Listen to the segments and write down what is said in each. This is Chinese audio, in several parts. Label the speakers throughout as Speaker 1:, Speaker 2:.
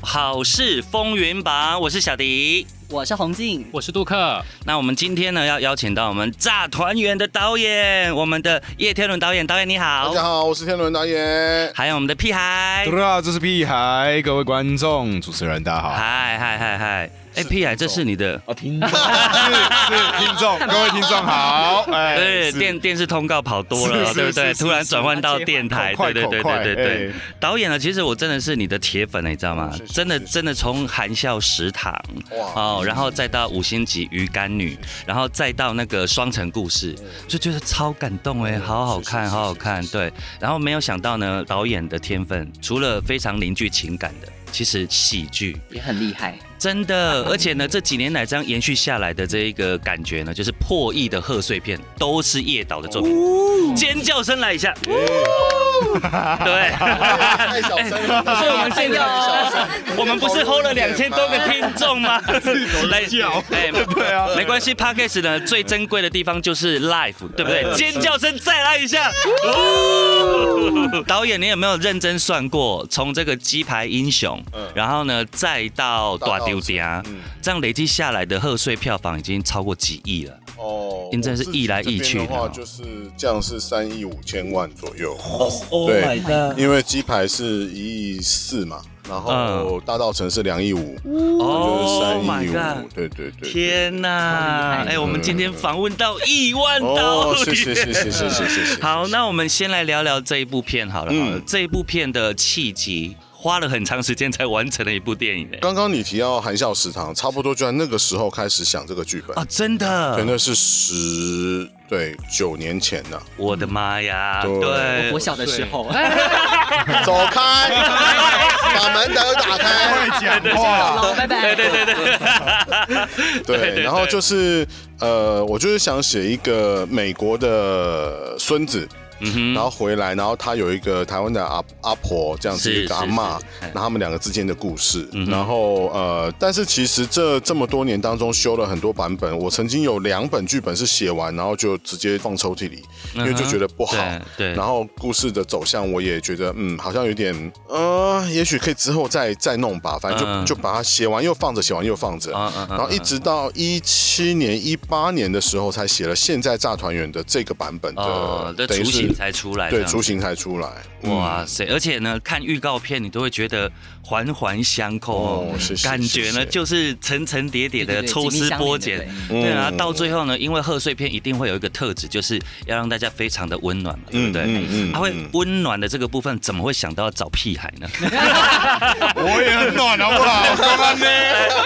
Speaker 1: 好事风云榜，我是小迪。
Speaker 2: 我是洪静，
Speaker 3: 我是杜克，
Speaker 1: 那我们今天呢，要邀请到我们《炸团圆》的导演，我们的叶天伦导演，导演你好
Speaker 4: 大家，好，我是天伦导演。
Speaker 1: 还有我们的屁孩
Speaker 5: 嘟，啦，这是屁孩，各位观众、主持人，大家好，
Speaker 1: 嗨嗨嗨嗨，哎，屁孩，这是你的
Speaker 4: 啊，
Speaker 5: 哎
Speaker 4: 听
Speaker 5: 是是听众，各位听众好，哎
Speaker 1: 对
Speaker 5: 是
Speaker 1: 电电视通告跑多了，
Speaker 5: 是是
Speaker 1: 对不对？
Speaker 5: 是是
Speaker 1: 突然转换到电台，
Speaker 5: 口快
Speaker 1: 对对对
Speaker 5: 口快
Speaker 1: 对对对
Speaker 5: 哎。
Speaker 1: 导演呢，其实我真的是你的铁粉了，你知道吗
Speaker 4: 哦是？是
Speaker 1: 真的
Speaker 4: 是是
Speaker 1: 真的从含笑食堂。
Speaker 4: 哇，
Speaker 1: 哦，然后再到五星级鱼干女，然后再到那个双城故事，
Speaker 4: 嗯
Speaker 1: 就觉得超感动哎，好好看，好好看，对。然后没有想到呢，导演的天分除了非常凝聚情感的，其实喜剧
Speaker 2: 也很厉害，
Speaker 1: 真的，而且呢，这几年来这样延续下来的这一个感觉呢，就是破亿的贺岁片都是叶导的作品，尖叫声来一下，
Speaker 4: 哎
Speaker 1: 对，
Speaker 4: 太 小声了，
Speaker 1: 所以我们现在
Speaker 4: 太小声了
Speaker 1: 我们不是 hold 了两千多
Speaker 4: 哎
Speaker 1: 个听众吗？来叫，哎，对啊，没关系。Podcast 呢，最珍贵的地方就是 live，对不对？尖叫声再来一 下。哦导演，你有没有认真算过，从这个鸡排英雄
Speaker 4: 嗯，
Speaker 1: 然后呢，再到大丢丢，
Speaker 4: 嗯
Speaker 1: 这样累积下来的贺岁票房已经超过几亿了。
Speaker 4: 哦
Speaker 1: 因为真的是一来一去的
Speaker 4: 我自己这边的话，就是这样是三亿五千万左右。对，因为鸡排是一亿四嘛，然后大道城是两亿五，就是三
Speaker 1: 嗯 Oh
Speaker 4: 亿
Speaker 1: my
Speaker 4: 五。
Speaker 1: god！
Speaker 4: 对对对。
Speaker 1: 天呐！哎，我们今天访问到亿万导
Speaker 4: 哦，
Speaker 1: 演，
Speaker 4: 谢 谢谢谢谢谢谢谢。
Speaker 1: 好，那我们先来聊聊这一部片好了。
Speaker 4: 嗯
Speaker 1: 好了这一部片的契机，花了很长时间才完成的一部电影、欸。
Speaker 4: 刚刚你提到《含笑食堂》，差不多就在那个时候开始想这个剧本
Speaker 1: 啊，，真
Speaker 4: 真
Speaker 1: 的，
Speaker 4: 的是十对九年前呐。
Speaker 1: 我的妈呀！
Speaker 4: 对
Speaker 1: 对，
Speaker 2: 我小的时候，
Speaker 4: 走开，把门都打开。
Speaker 5: 会讲话，
Speaker 2: 好，拜
Speaker 1: 对
Speaker 2: 拜。
Speaker 1: 对对对， 对对
Speaker 4: 对，然后就是呃，我就是想写一个美国的孙子，
Speaker 1: 嗯
Speaker 4: 然
Speaker 1: 哼，
Speaker 4: 后回来，然后他有一个台湾的阿阿婆这样子
Speaker 1: 是
Speaker 4: 一个阿
Speaker 1: 是
Speaker 4: 嬷
Speaker 1: 是，哎
Speaker 4: 然后他们两个之间的故事。
Speaker 1: 嗯哼
Speaker 4: 然后呃，但是其实这这么多年当中修了很多版本，我曾经有两本剧本是写完，然后就直接放抽屉里，因为就觉得不好。
Speaker 1: 嗯对，
Speaker 4: 然
Speaker 1: 后
Speaker 4: 后故事的走向，我也觉得，嗯，好像有点，呃，也许可以之后再再弄吧，反正就、
Speaker 1: 嗯
Speaker 4: 就把它写完又放着，写完又放着，
Speaker 1: 嗯嗯嗯
Speaker 4: 然后一直到一七年、一八年的时候才写了现在炸团圆的这个版本的，
Speaker 1: 哦，这
Speaker 4: 等于
Speaker 1: 雏
Speaker 4: 是
Speaker 1: 形才出来，
Speaker 4: 对雏。形才出来，嗯
Speaker 1: 哇塞！而且呢，看预告片你都会觉得环环相扣哦
Speaker 4: 哦，是是
Speaker 1: 感觉呢
Speaker 4: 是是
Speaker 1: 就是层层叠叠的
Speaker 2: 对对对
Speaker 1: 抽丝剥茧
Speaker 2: 紧密相连的对，
Speaker 4: 嗯
Speaker 1: 对啊，到最后呢，因为贺岁片一定会有一个特质，就是要让大家非常的温暖嘛，对不对？
Speaker 4: 嗯嗯嗯
Speaker 1: 他会温暖的这个部分，怎么会想到要找屁孩呢？
Speaker 5: 我也很暖，好不好？干嘛呢？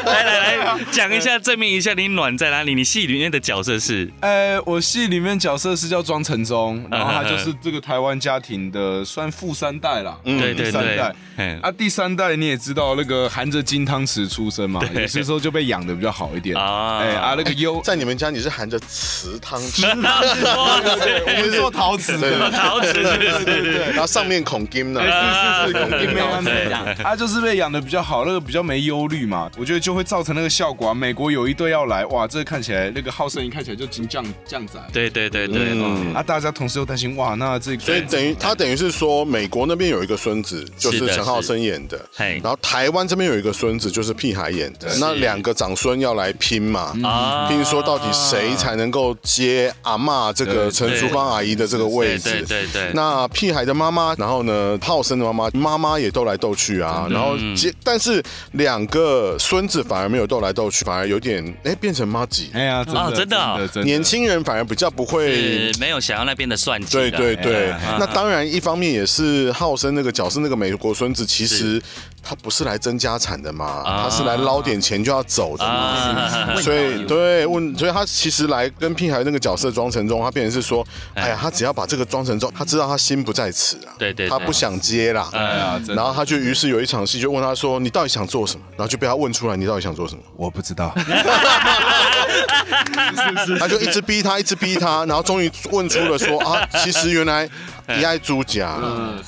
Speaker 1: 来来来，讲一下，证明一下你暖在哪里。你戏里面的角色是
Speaker 5: 呃，我戏里面角色是叫庄承宗，然后他就是这个台湾家庭的算富三代啦，
Speaker 4: 嗯
Speaker 1: 对对
Speaker 5: 第三
Speaker 1: 对
Speaker 5: 代，
Speaker 1: 嗯
Speaker 5: 啊，第三代你也知道，那个含着金汤匙出生嘛，有些时候就被养的比较好一点
Speaker 1: 啊
Speaker 5: 哎啊，那个优，
Speaker 4: 在你们家你是含着祠汤 汁，
Speaker 1: 哇塞，
Speaker 5: 我是做陶瓷
Speaker 4: 对
Speaker 5: 的，
Speaker 1: 陶瓷是不是？
Speaker 4: 然后上面孔金呢，
Speaker 1: 啊
Speaker 4: 是是是孔金
Speaker 5: 没
Speaker 4: 呢
Speaker 5: 有啊没有啊他就是被养的比较好，那个比较没忧虑嘛，我觉得就会造成那个效果啊。美国有一队要来，哇，这个看起来那个好胜一看起来就金将将仔，
Speaker 1: 对对对对，
Speaker 4: 嗯
Speaker 5: 啊，大家同时又担心，哇，那这个
Speaker 4: 所以等于他等于是说，美国那边有一个孙子，就是是
Speaker 1: 的
Speaker 4: 陈浩生演的，
Speaker 1: 嘿
Speaker 4: 然后台湾这边有一个孙子，就是屁孩演的。那两个长孙要来拼嘛，
Speaker 1: 啊
Speaker 4: 拼说到底谁才能够接阿嬷这个
Speaker 5: 对
Speaker 4: 陈淑芳阿姨的这个位
Speaker 1: 对
Speaker 4: 置？
Speaker 1: 对对对，
Speaker 4: 那屁孩的妈妈，然后呢，浩生的妈妈，妈妈也斗来斗去啊，
Speaker 1: 嗯
Speaker 4: 然后接，但是两个孙子反而没有斗来斗去，反而有点哎变成妈吉，
Speaker 5: 哎呀，真
Speaker 1: 啊
Speaker 5: 的
Speaker 1: 真的啊
Speaker 5: 真的
Speaker 4: 年轻人反而比较不会
Speaker 1: 呃是没有想要那边的算计
Speaker 4: 对
Speaker 1: 的，
Speaker 4: 对对，
Speaker 1: 哎
Speaker 4: 那当然一方面也是浩生那个角色，那个美国孙子，其实他不是来争家产的嘛，
Speaker 1: 啊
Speaker 4: 他是来捞点钱就要走的嘛。
Speaker 1: 啊，
Speaker 4: 所以对问，所以他其实来跟屁孩那个角色庄成忠，他变成是说，哎呀，他只要把这个庄成忠，他知道他心不在此啊，
Speaker 1: 嗯对对对嗯
Speaker 4: 他不想接啦，
Speaker 5: 哎呀，真
Speaker 4: 然
Speaker 5: 的，
Speaker 4: 后他就于是有一场戏就问他说，你到底想做什么？然后就被他问出来，你到底想做 什么？
Speaker 5: 我不 知道，
Speaker 4: 他就一直逼他，一直逼他，然后终于问出了说啊，其实原来
Speaker 1: 嗯
Speaker 4: 一爱猪夹。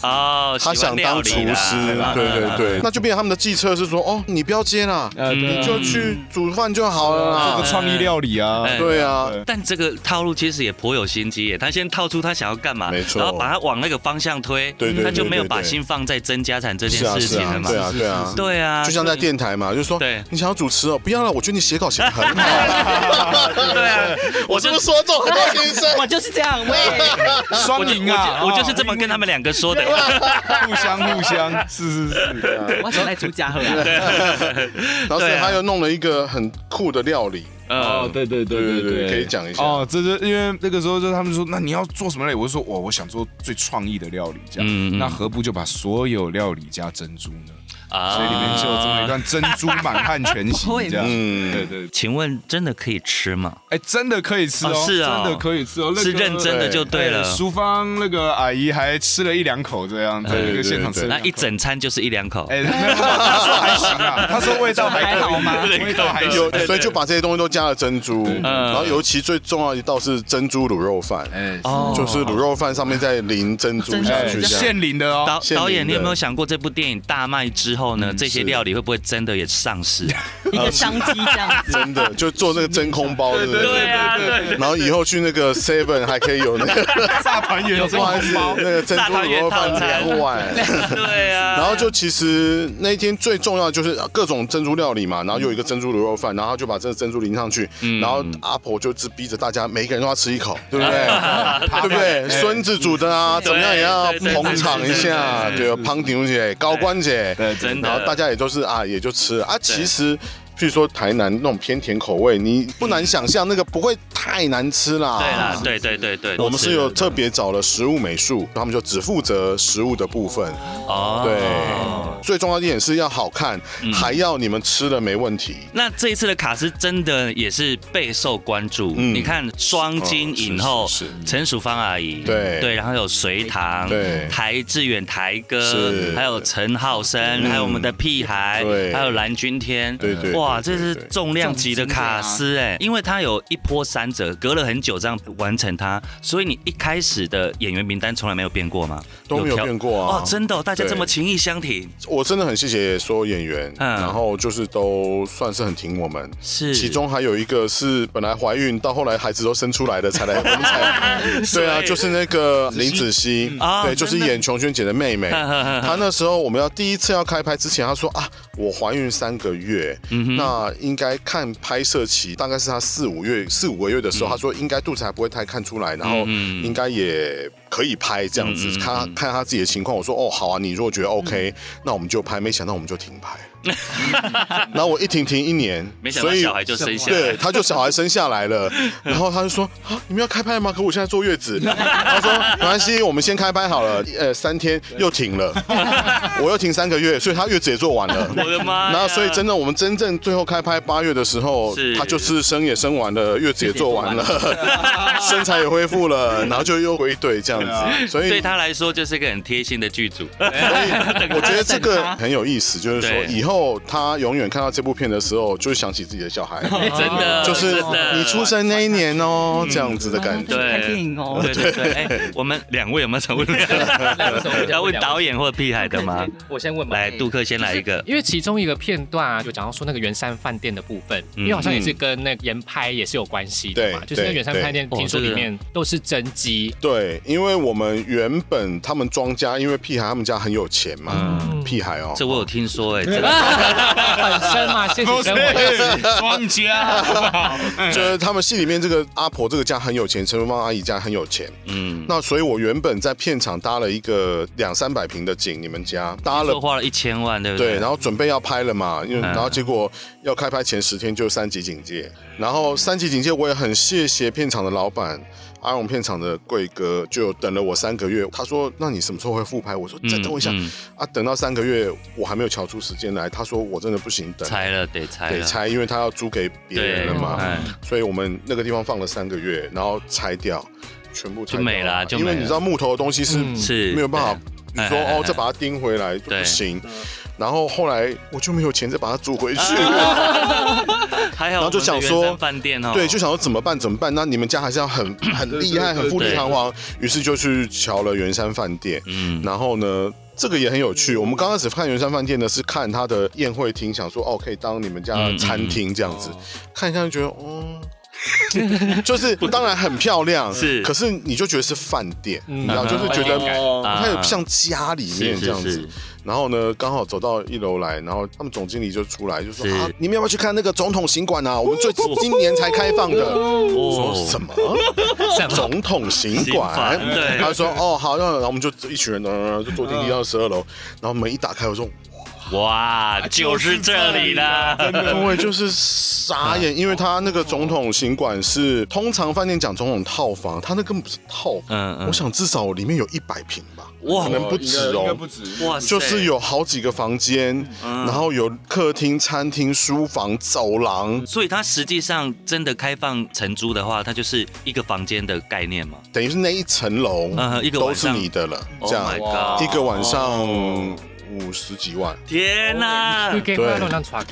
Speaker 1: 哦，
Speaker 4: 他
Speaker 1: 喜欢
Speaker 4: 想
Speaker 1: 料
Speaker 4: 当
Speaker 1: 理
Speaker 4: 厨
Speaker 1: 啦
Speaker 4: 师，啊对对对，那就变成他们的计策是说，哦，你不要接啦，
Speaker 5: 呃
Speaker 1: 嗯
Speaker 4: 你就去煮饭就好了
Speaker 5: 这个
Speaker 4: 啦。
Speaker 5: 创意料理啊，
Speaker 1: 哎
Speaker 4: 对啊，
Speaker 5: 嗯对
Speaker 1: 但这个套路其实也颇有心机耶，他先套出他想要干嘛，
Speaker 4: 没错
Speaker 1: 然后把他往那个方向推，
Speaker 4: 对对对
Speaker 1: 他就没有
Speaker 4: 对对
Speaker 1: 把
Speaker 4: 对
Speaker 1: 心放在争家产这件
Speaker 4: 是啊
Speaker 1: 事
Speaker 4: 是
Speaker 1: 情了
Speaker 4: 啊，
Speaker 1: 嘛
Speaker 4: 对，啊对啊，
Speaker 1: 对啊，
Speaker 4: 就像在
Speaker 1: 所以
Speaker 4: 电台嘛，就是说
Speaker 1: 对，
Speaker 4: 你想要主持哦，不要了，我觉得你写稿写的很好。
Speaker 1: 对啊，
Speaker 4: 我是不是说中很多心声？
Speaker 2: 我就是这样喂，
Speaker 5: 双赢
Speaker 4: 哦
Speaker 5: 啊！
Speaker 1: 我就是这么跟他们两个说的。
Speaker 4: 啊
Speaker 5: 哦 互相互相，是是是，
Speaker 2: 我想来主家喝啊。
Speaker 4: 然后所以他又弄了一个很酷的料理，
Speaker 1: 嗯，
Speaker 5: 哦对对
Speaker 4: 对对对可以讲一下
Speaker 5: 哦，这是因为那个时候就是他们说，那你要做什么料理？我就说，哦我我想做最创意的料理这样。
Speaker 1: 嗯嗯
Speaker 5: 那何不就把所有料理加珍珠呢？
Speaker 1: 啊
Speaker 5: 所以里面就有这么一。段珍珠满汉全席这样。
Speaker 4: 嗯
Speaker 5: 对对，对
Speaker 1: 请问真的可以吃吗？
Speaker 5: 哎，真的可以吃哦
Speaker 1: 哦，是啊
Speaker 5: 真的可以吃哦，那个
Speaker 1: 是认真的就对了
Speaker 5: 哎。淑芳那个阿姨还吃了一两口这样，在那个现场吃了
Speaker 1: 那
Speaker 5: 两口
Speaker 1: 一整餐就是一两口，
Speaker 5: 哎，没有她说还行啊，她说味道还可以
Speaker 2: 还好吗
Speaker 5: 味道还行
Speaker 4: 有，所以就把这些东西都加了珍珠，然后尤其最重要一道是珍珠卤肉饭，
Speaker 5: 哎，
Speaker 1: 哦
Speaker 4: 就是卤肉饭上面再淋珍珠下
Speaker 5: 哎
Speaker 4: 去，这样
Speaker 5: 现领的哦，
Speaker 1: 导
Speaker 4: 现
Speaker 1: 导
Speaker 4: 领
Speaker 1: 演，
Speaker 4: 的嗯
Speaker 1: 你有没有想过这部电影大卖之后呢，这些料理会不会真的也上市？
Speaker 2: 一个商机这样子。
Speaker 4: 真的就做那个真空包，对不
Speaker 1: 对
Speaker 4: 对？
Speaker 1: 啊，对
Speaker 4: 然后以后去那个 Seven 还可以有那个，
Speaker 5: 大团圆
Speaker 4: 不好意思，那个珍珠卤肉饭两碗。
Speaker 1: 对啊。
Speaker 4: 然后就其实那一天最重要的就是各种珍珠料理嘛，然后有一个珍珠卤肉饭，然后他就把这个珍珠淋上去，
Speaker 1: 嗯
Speaker 4: 然后阿婆就是逼着大家每一个人都要吃一口，对不对？
Speaker 1: 嗯
Speaker 4: 对 不对？孙子煮的啊，怎么样也要捧场一
Speaker 1: 对
Speaker 4: 下，
Speaker 1: 对对对对
Speaker 4: 对啊，捧场姐、高官姐，
Speaker 5: 对
Speaker 1: 真的
Speaker 4: 然后大家也都是啊，也就吃了啊。其实。譬如说台南那种偏甜口味，你不难想象，那个不会太难吃啦。
Speaker 1: 对啦，对对对对，
Speaker 4: 啊我们是有特别找了食物美术，他们就只负责食物的部分。
Speaker 1: 哦嗯
Speaker 4: 对，最重要的一点是要好看，还要你们吃的没问题。
Speaker 1: 那这一次的卡斯真的也是备受关注。
Speaker 4: 嗯
Speaker 1: 你看双金影后
Speaker 4: 哦是是是
Speaker 1: 陈淑芳阿姨，
Speaker 4: 对
Speaker 1: 对，然后有隋唐，
Speaker 4: 对
Speaker 1: 台志远台哥，
Speaker 4: 是嗯
Speaker 1: 还有陈浩生，还有我们的屁孩，
Speaker 4: 对
Speaker 1: 还有蓝钧天，
Speaker 4: 对对对
Speaker 1: 哇，
Speaker 4: 对
Speaker 1: 这
Speaker 4: 对
Speaker 1: 是
Speaker 4: 啊
Speaker 1: 重量级的卡斯哎，因为他有一波三折，隔了很久这样完成它，所以你一开始的演员名单从来没有变过吗？
Speaker 4: 都没有
Speaker 1: 调
Speaker 4: 变过啊
Speaker 1: 哦，真的哦，大家
Speaker 4: 对
Speaker 1: 这么情意相挺，
Speaker 4: 我真的很谢谢所有演员，
Speaker 1: 嗯
Speaker 4: 然后就是都算是很挺我们。
Speaker 1: 是
Speaker 4: 其中还有一个是本来怀孕，到后来孩子都生出来的才 来我们才。对啊，就是那个林子熙，
Speaker 1: 啊
Speaker 4: 对，就是
Speaker 1: 真的
Speaker 4: 演琼轩姐的 妹妹。她那时候我们要第一次要开拍之前，她说啊，我怀孕三个月，
Speaker 1: 嗯
Speaker 4: 那应该看拍摄期，大概是她四五月四五个月的时候，她说应该肚子还不会太看出来，然后
Speaker 1: 嗯嗯
Speaker 4: 应该也可以拍这样
Speaker 1: 嗯
Speaker 4: 子
Speaker 1: 嗯嗯，嗯
Speaker 4: 看她看她自己的情况。我说哦，好啊，你如果觉得 OK，那我们就拍。没想到我们就停拍， 然后我一停停一年，
Speaker 1: 没想到
Speaker 4: 所以
Speaker 1: 小孩就生下来
Speaker 4: 对，他就小孩生下来 了，然后他就说啊，你们要开拍吗？可我现在坐月子。他说没关系，我们先开拍好了。呃，三天又停 了，我又停三个月，所以他月子也做完了。
Speaker 1: 我的妈呀！
Speaker 4: 然后所以真的，我们真正最后开拍八月的时候
Speaker 1: 是，
Speaker 4: 他就是生也生完了，月子也做 完了，身材也恢复了，然后就又归队这样子。所以
Speaker 1: 对他来说就是一个很贴心的剧 组。
Speaker 4: 我觉得这个很有意思，就是说
Speaker 1: 对
Speaker 4: 以后他永远看到这部片的时候，就会想起自己的 小孩，
Speaker 1: 真的，
Speaker 4: 哦就是
Speaker 1: 呃真的嗯
Speaker 4: 你出生那一年哦，这样子 的感觉。
Speaker 1: 对
Speaker 2: 拍电影哦
Speaker 1: 对对对，哎，我们两位有没有想问？要问导演或屁孩的吗？
Speaker 3: 我先问吧
Speaker 1: 来，杜克先来一个，
Speaker 3: 因为其中一个片段啊，就讲到说那个圆山饭店的部分，
Speaker 1: 嗯
Speaker 3: 因为好像也是跟那个研拍也是有关系的嘛，
Speaker 4: 对
Speaker 3: 就是那个圆山饭店
Speaker 1: 对
Speaker 3: 听说
Speaker 1: 哦这
Speaker 3: 里
Speaker 1: 个
Speaker 3: 面都是真鸡，
Speaker 4: 对，因为我们原本他们庄家，因为屁孩他们家很有钱嘛，
Speaker 1: 嗯
Speaker 4: 屁孩哦，
Speaker 1: 这我有听说，哎，这个
Speaker 3: 本身嘛，现实生活也是
Speaker 5: 庄家，好不好？
Speaker 4: 就是他们戏里面这个阿婆这个家很有钱，陈淑芳阿姨家很有钱。
Speaker 1: 嗯，
Speaker 4: 那所以，我原本在片场搭了一个两三百平的景，你们家搭了
Speaker 1: 说花了一千万，对不
Speaker 4: 对，
Speaker 1: 对？
Speaker 4: 然后准备要拍了嘛，因为
Speaker 1: 嗯
Speaker 4: 然后结果要开拍前十天就三级警戒，然后三级警戒我也很谢谢片场的老板。阿荣片场的贵哥就等了我三个月，他说：“那你什么时候会复拍？”我说：“再等我一下、
Speaker 1: 嗯嗯
Speaker 4: 啊！”等到三个月，我还没有瞧出时间来。他说：“我真的不行，等
Speaker 1: 拆了，得拆
Speaker 4: 得
Speaker 1: 了，
Speaker 4: 拆，因为他要租给别人了嘛。嗯
Speaker 1: 哎”
Speaker 4: 所以我们那个地方放了三个月，然后拆掉，全部拆
Speaker 1: 就没
Speaker 4: 掉
Speaker 1: 了啊就
Speaker 4: 因
Speaker 1: 没
Speaker 4: 为你
Speaker 1: 了
Speaker 4: 知道木头的东西是
Speaker 3: 嗯
Speaker 1: 是
Speaker 4: 没有办法，
Speaker 1: 对
Speaker 4: 你说
Speaker 1: 哎哎
Speaker 4: 哦
Speaker 1: 哎，
Speaker 4: 再把它钉回来就
Speaker 1: 对
Speaker 4: 不行。然后后来我就没有钱再把它租回去。
Speaker 1: 啊还好
Speaker 4: 然
Speaker 1: 我
Speaker 4: 后就
Speaker 1: 们的
Speaker 4: 想
Speaker 1: 原
Speaker 4: 说
Speaker 1: 山饭店哦，
Speaker 4: 对，就想说怎么办？怎么办？那你们家还是要很很厉害，
Speaker 5: 对对对
Speaker 4: 很富丽
Speaker 1: 嗯对
Speaker 4: 堂皇。于是就去瞧了圆山饭店，
Speaker 1: 嗯，
Speaker 4: 然后呢，这个也很有趣。我们刚开始看圆山饭店呢，是看它的宴会厅，想说哦，可以当你们家的餐厅这样子。看一看就觉得，哦。 就是当然很漂亮，
Speaker 1: 是
Speaker 4: 可是你就觉得是饭店，
Speaker 3: 嗯
Speaker 4: 你知道，就是觉得
Speaker 5: 哦
Speaker 1: 啊
Speaker 4: 它有像家里
Speaker 1: 是
Speaker 4: 面这
Speaker 1: 是
Speaker 4: 样子
Speaker 1: 是。，
Speaker 4: 然后呢，刚好走到一楼来，然后他们总经理就出来，就说
Speaker 1: 是
Speaker 4: 啊，你们要不要去看那个总统行馆啊？我们最今年才开放的。说
Speaker 1: 哦
Speaker 4: 什么？
Speaker 3: 什么
Speaker 4: 总统行馆？
Speaker 1: 行馆对
Speaker 4: 他就说哦好，那然后我们就一群人，呃就坐电梯到十二楼，
Speaker 1: 嗯
Speaker 4: 然后门一打开，我说
Speaker 1: 啊哇，
Speaker 4: 啊
Speaker 1: 就是这里啦，
Speaker 5: 真的
Speaker 4: 各位就是傻
Speaker 1: 嗯
Speaker 4: 眼，因为他那个总统行馆是通常饭店讲总统套房，他那根本不是套房，
Speaker 1: 嗯嗯
Speaker 4: 我想至少里面有一百平吧，
Speaker 1: 哇
Speaker 4: 可能不止
Speaker 5: 应该
Speaker 4: 哦
Speaker 5: 不。止。
Speaker 1: 哇塞，
Speaker 4: 就是有好几个房间，
Speaker 1: 嗯
Speaker 4: 然后有客厅、餐厅、书房、走廊，
Speaker 1: 所以它实际上真的开放承租的话，它就是一个房间的概念嘛。
Speaker 4: 等于是那一层楼
Speaker 1: 嗯一个
Speaker 4: 都
Speaker 1: 晚
Speaker 4: 是
Speaker 1: 上
Speaker 4: 你的了，
Speaker 1: Oh
Speaker 4: 这样
Speaker 1: my god！
Speaker 4: 一个晚上五十几万。
Speaker 1: 天哪、
Speaker 3: 会 给观众让抓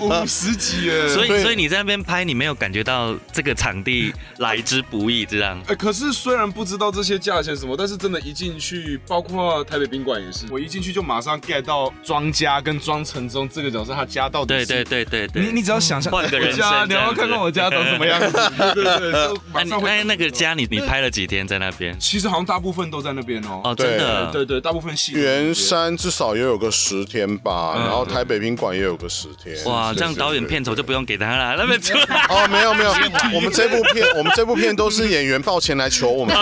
Speaker 5: 五十集耶！
Speaker 1: 所以
Speaker 4: 对
Speaker 1: 所以你在那边拍，你没有感觉到这个场地来之不易这样？
Speaker 5: 哎，可是虽然不知道这些价钱什么，但是真的，一进去，包括台北宾馆也是，我一进去就马上 get 到庄家跟庄成忠这个角色，他家到底
Speaker 1: 对
Speaker 5: 是
Speaker 1: 对对对对。
Speaker 5: 你你只要想象
Speaker 1: 换个人生
Speaker 5: 我家，你
Speaker 1: 这样
Speaker 5: 要
Speaker 1: 子
Speaker 5: 看看我家长什么样子，对对对，就
Speaker 1: 哎
Speaker 5: 马
Speaker 1: 你
Speaker 5: 上
Speaker 1: 哎
Speaker 5: 会。
Speaker 1: 那个家你你拍了几天在那边？
Speaker 5: 其实好像大部分都在那边哦。
Speaker 1: 哦，真
Speaker 5: 对
Speaker 1: 的
Speaker 5: 对对，大部分戏
Speaker 4: 圆山至少也有个十天吧，
Speaker 1: 嗯
Speaker 4: 然后台北宾馆也有个十天。
Speaker 1: 哇，
Speaker 4: 是
Speaker 1: 这样导演片酬就不用给他了，那边出来。
Speaker 4: 哦，没有没有，我们这部片，我们这部片都是演员抱钱来求 我们。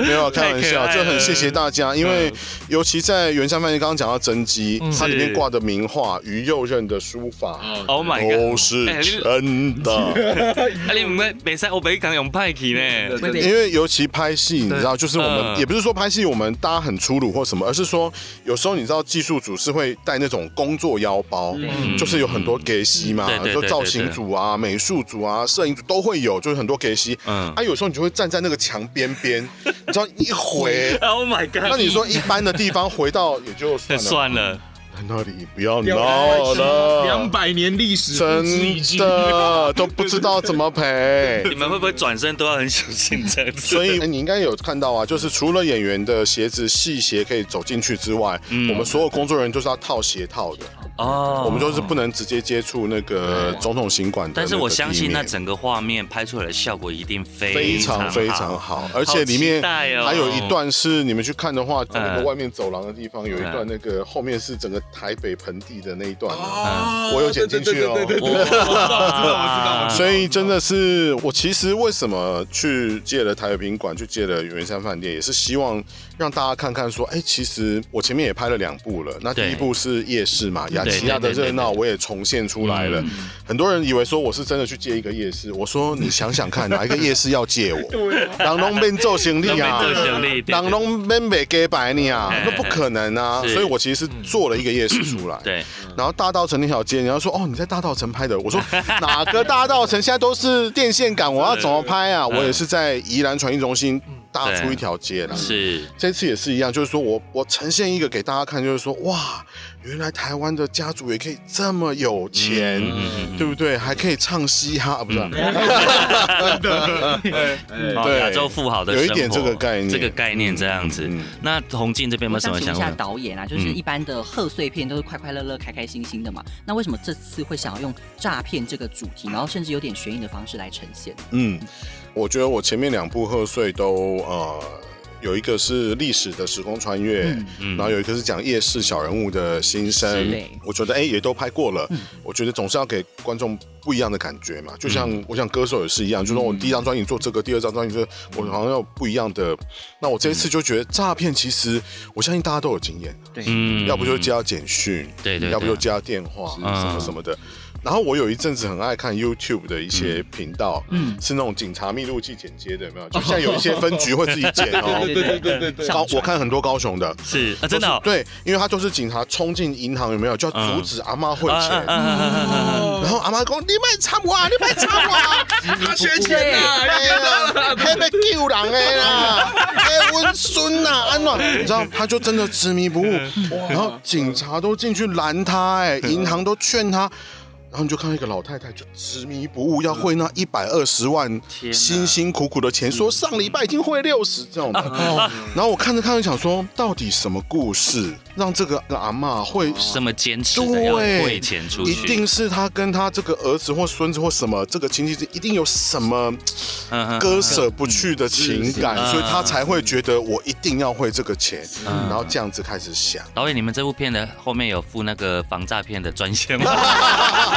Speaker 4: 没有开玩笑，
Speaker 1: 太可爱了嗯
Speaker 4: 就很谢谢大家，因为尤其在圆山饭店，刚刚讲到真机，它里面挂的名画，于右任的书法
Speaker 1: Oh my god！哎
Speaker 4: 都是真的，
Speaker 1: 啊，你唔使袂使，我北港用派去呢。
Speaker 2: 对
Speaker 4: 因为尤其拍戏，你知道，就是我们
Speaker 1: 嗯
Speaker 4: 也不是说拍戏我们大家很粗鲁或什么，而是说有时候你知道技术组是会带那种工作腰包，就是有很多 gay 西嘛
Speaker 1: 嗯对，对
Speaker 4: 就
Speaker 1: 对
Speaker 4: 造
Speaker 1: 对
Speaker 4: 型
Speaker 1: 对
Speaker 4: 组啊、美术组啊、摄影组都会有，就是很多 gay 西。
Speaker 1: 嗯。
Speaker 4: 啊，有时候你就会站在那个墙边边，你知道一回
Speaker 1: Oh my
Speaker 4: 那
Speaker 1: god！
Speaker 4: 你说一般的地方回到也就 算了，哎
Speaker 1: 算了，
Speaker 4: 那里不要闹
Speaker 5: 两
Speaker 4: 了，
Speaker 5: 百年历史，不止一
Speaker 4: 真
Speaker 5: 季
Speaker 4: 的都不知道怎么 赔。
Speaker 1: 你们会不会转身都要很小心 这样子？
Speaker 4: 所以、哎你应该有看到啊，就是除了演员的鞋子细鞋可以走进去之外，
Speaker 1: 嗯
Speaker 4: 我们所有工作人员都是要套鞋套的，
Speaker 1: 哦，
Speaker 4: 我们就是不能直接接触那个总统行馆的那
Speaker 1: 但
Speaker 4: 个地面。
Speaker 1: 是我相信那整个画面拍出来的效果一定非
Speaker 4: 非常非常
Speaker 1: 好。
Speaker 4: 好，而且里面
Speaker 1: 期待哦
Speaker 4: 还有一段是你们去看的话，在那个
Speaker 1: 嗯
Speaker 4: 外面走廊的地方有一段那个后面是整个台北盆地的那一段，
Speaker 1: 哦
Speaker 5: 啊
Speaker 4: 我有剪进去哦
Speaker 5: 对对对对对对
Speaker 1: 哇
Speaker 5: 我知道，我知道，
Speaker 1: 啊
Speaker 5: 我知道。
Speaker 4: 所以真的是，我其实为什么去借了台北宾馆，去借了圆山饭店，也是希望让大家看看说，哎、其实我前面也拍了两部了。那第
Speaker 1: 对
Speaker 4: 一部是夜市嘛，雅琪亚的
Speaker 1: 对对对
Speaker 4: 热
Speaker 1: 对
Speaker 4: 闹，
Speaker 1: 嗯对
Speaker 4: 我也重现出来了。很多人以为说我是真的去借一个夜市，我说你想想看，哪一个夜市要借 我？人拢变做行李啊，
Speaker 1: 啊人拢变做生意对对
Speaker 4: 人拢变袂给白你啊
Speaker 1: 哎，
Speaker 4: 那不可能啊！
Speaker 1: 是嗯
Speaker 4: 所以我其实是做了一个夜市出来。
Speaker 1: 对，
Speaker 4: 然后大道城那条街，人家说哦你在大道城拍的， 我说哪个大道城现在都是电线杆，我要怎么拍啊？我也是在宜兰传艺中心
Speaker 1: 嗯
Speaker 4: 大出一条街啦。
Speaker 1: 是
Speaker 4: 这次也是一样，就是说我我呈现一个给大家看，就是说哇，原来台湾的家族也可以这么有钱，
Speaker 1: 嗯嗯嗯嗯
Speaker 4: 对不对？还可以唱嘻哈，啊不是啊、
Speaker 5: 哎
Speaker 1: 哦
Speaker 4: 对
Speaker 1: 亚洲富豪的
Speaker 4: 有一
Speaker 1: 生
Speaker 4: 点
Speaker 1: 活
Speaker 4: 这个概念
Speaker 1: 这个概念这样子
Speaker 4: 嗯嗯。
Speaker 1: 那洪静这边有没
Speaker 2: 我
Speaker 1: 有什
Speaker 2: 想
Speaker 1: 么
Speaker 2: 请
Speaker 1: 想嗯
Speaker 2: 问一下
Speaker 1: 问？
Speaker 2: 导演啊，就是一般的贺岁片都是快快乐乐、开开心心的嘛，那为什么这次会想要用诈骗这个主题，然后甚至有点悬疑的方式来呈现？
Speaker 4: 嗯，我觉得我前面两部贺岁都呃。有一个是历史的时空穿越，
Speaker 2: 嗯
Speaker 1: 嗯
Speaker 4: 然后有一个是讲夜市小人物的心声
Speaker 2: 是嗯对，
Speaker 4: 我觉得哎、也都拍过了，我觉得总是要给观众不一样的感觉嘛，
Speaker 2: 嗯
Speaker 4: 就像、我想歌手也是一样，就说我第一张专辑做这个，第二张专辑做这个，我好像要不一样的。那我这一次就
Speaker 2: 嗯
Speaker 4: 觉得诈骗其实我相信大家都有经验，
Speaker 1: 嗯
Speaker 4: 要不就接到简讯，
Speaker 1: 对对对
Speaker 4: 要不就接到电话什
Speaker 1: 嗯
Speaker 4: 么什么的。然后我有一阵子很爱看 YouTube 的一些频道，嗯，是那种警察密录器剪接的，有没 有？就现在有一些分局会自己剪哦。
Speaker 5: 对对对对对对，
Speaker 4: 高我看很多高雄的，
Speaker 1: 是 啊，真的哦。
Speaker 4: 对，因为他就是警察冲进银行有没有，就要阻止阿妈汇
Speaker 1: 啊
Speaker 4: 钱，
Speaker 1: 啊啊啊啊啊啊
Speaker 4: 然后阿妈说你卖惨我，你卖惨我，啊，缺钱呐，哎呀，还被救人的 啦，哎，温孙呐，安暖，你知道，他就真的执迷不悟，
Speaker 1: 嗯
Speaker 4: 然后警察都进去拦他，哎，银行都劝他。然后你就看到一个老太太就执迷不悟，要汇那一百二十万，
Speaker 1: 天哪
Speaker 4: 辛辛苦苦的钱，说上礼拜已经汇六十这种的。
Speaker 1: 哦
Speaker 4: 然后我看着看着想说，到底什么故事让这个阿嬷会
Speaker 1: 这么坚持的要
Speaker 4: 对，
Speaker 1: 汇钱出去，
Speaker 4: 一定是他跟他这个儿子或孙子或什么这个亲戚之一定有什么
Speaker 1: 嗯哼
Speaker 4: 割舍不去的情感，
Speaker 1: 是
Speaker 4: 所以他才会觉得我一定要汇这个钱，
Speaker 1: 嗯
Speaker 4: 然后这样子开始想。
Speaker 1: 导演，你们这部片的后面有附那个防诈骗的专线吗？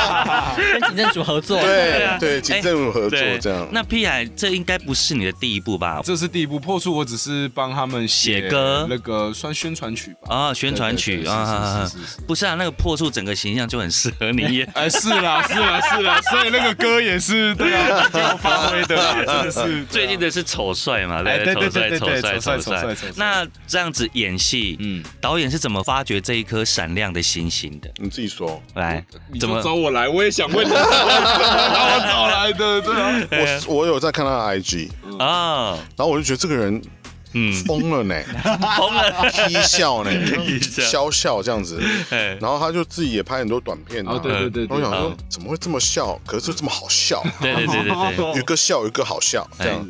Speaker 2: 跟警政署合作，
Speaker 4: 对对，请政府合作
Speaker 1: 哎对，
Speaker 4: 这样。
Speaker 1: 那屁海，这应该不是你的第一部吧？
Speaker 5: 这是第一步，破处我只是帮他们
Speaker 1: 写歌
Speaker 5: 那个算宣传曲吧。
Speaker 1: 啊，宣传
Speaker 5: 对
Speaker 1: 曲
Speaker 5: 对
Speaker 1: 啊啊，
Speaker 5: 对
Speaker 1: 啊
Speaker 5: 是是是是是
Speaker 1: 不是啊，那个破处整个形象就很适合你，也
Speaker 5: 哎，是啦，是啦，是啦，所以那个歌也是对啊，给我发挥的啦，真的是
Speaker 1: 最近的是丑帅嘛，
Speaker 5: 哎
Speaker 1: 对
Speaker 5: 对
Speaker 1: 丑
Speaker 5: 对
Speaker 1: 帅
Speaker 5: 对对
Speaker 1: 丑
Speaker 5: 对
Speaker 1: 帅
Speaker 5: 丑帅
Speaker 1: 丑
Speaker 5: 丑
Speaker 1: 帅
Speaker 5: 帅丑帅。
Speaker 1: 那这样子演戏，嗯
Speaker 5: 嗯，
Speaker 1: 导演是怎么发掘这一颗闪亮的星星的？
Speaker 4: 你自己说，
Speaker 1: 来，
Speaker 5: 你
Speaker 1: 怎
Speaker 5: 就
Speaker 1: 么
Speaker 5: 找我来，我也想问你，然我找来的，对啊，
Speaker 4: 我我有在看他的 IG，
Speaker 1: 啊？
Speaker 4: 然后我就觉得这个人
Speaker 1: 嗯，
Speaker 4: 疯 了呢，
Speaker 1: 红了，
Speaker 4: 嬉笑呢
Speaker 1: 嬉，笑
Speaker 4: 笑笑这样子。
Speaker 1: 哎
Speaker 4: 然后他就自己也拍很多短片啊
Speaker 5: 哦，，对对对
Speaker 4: 我
Speaker 5: 对，
Speaker 4: 想说
Speaker 1: 嗯
Speaker 4: 怎么会这么笑，可是就这么好笑。
Speaker 1: 对哎对对对对，
Speaker 4: 有一个笑，有一个好笑，这样，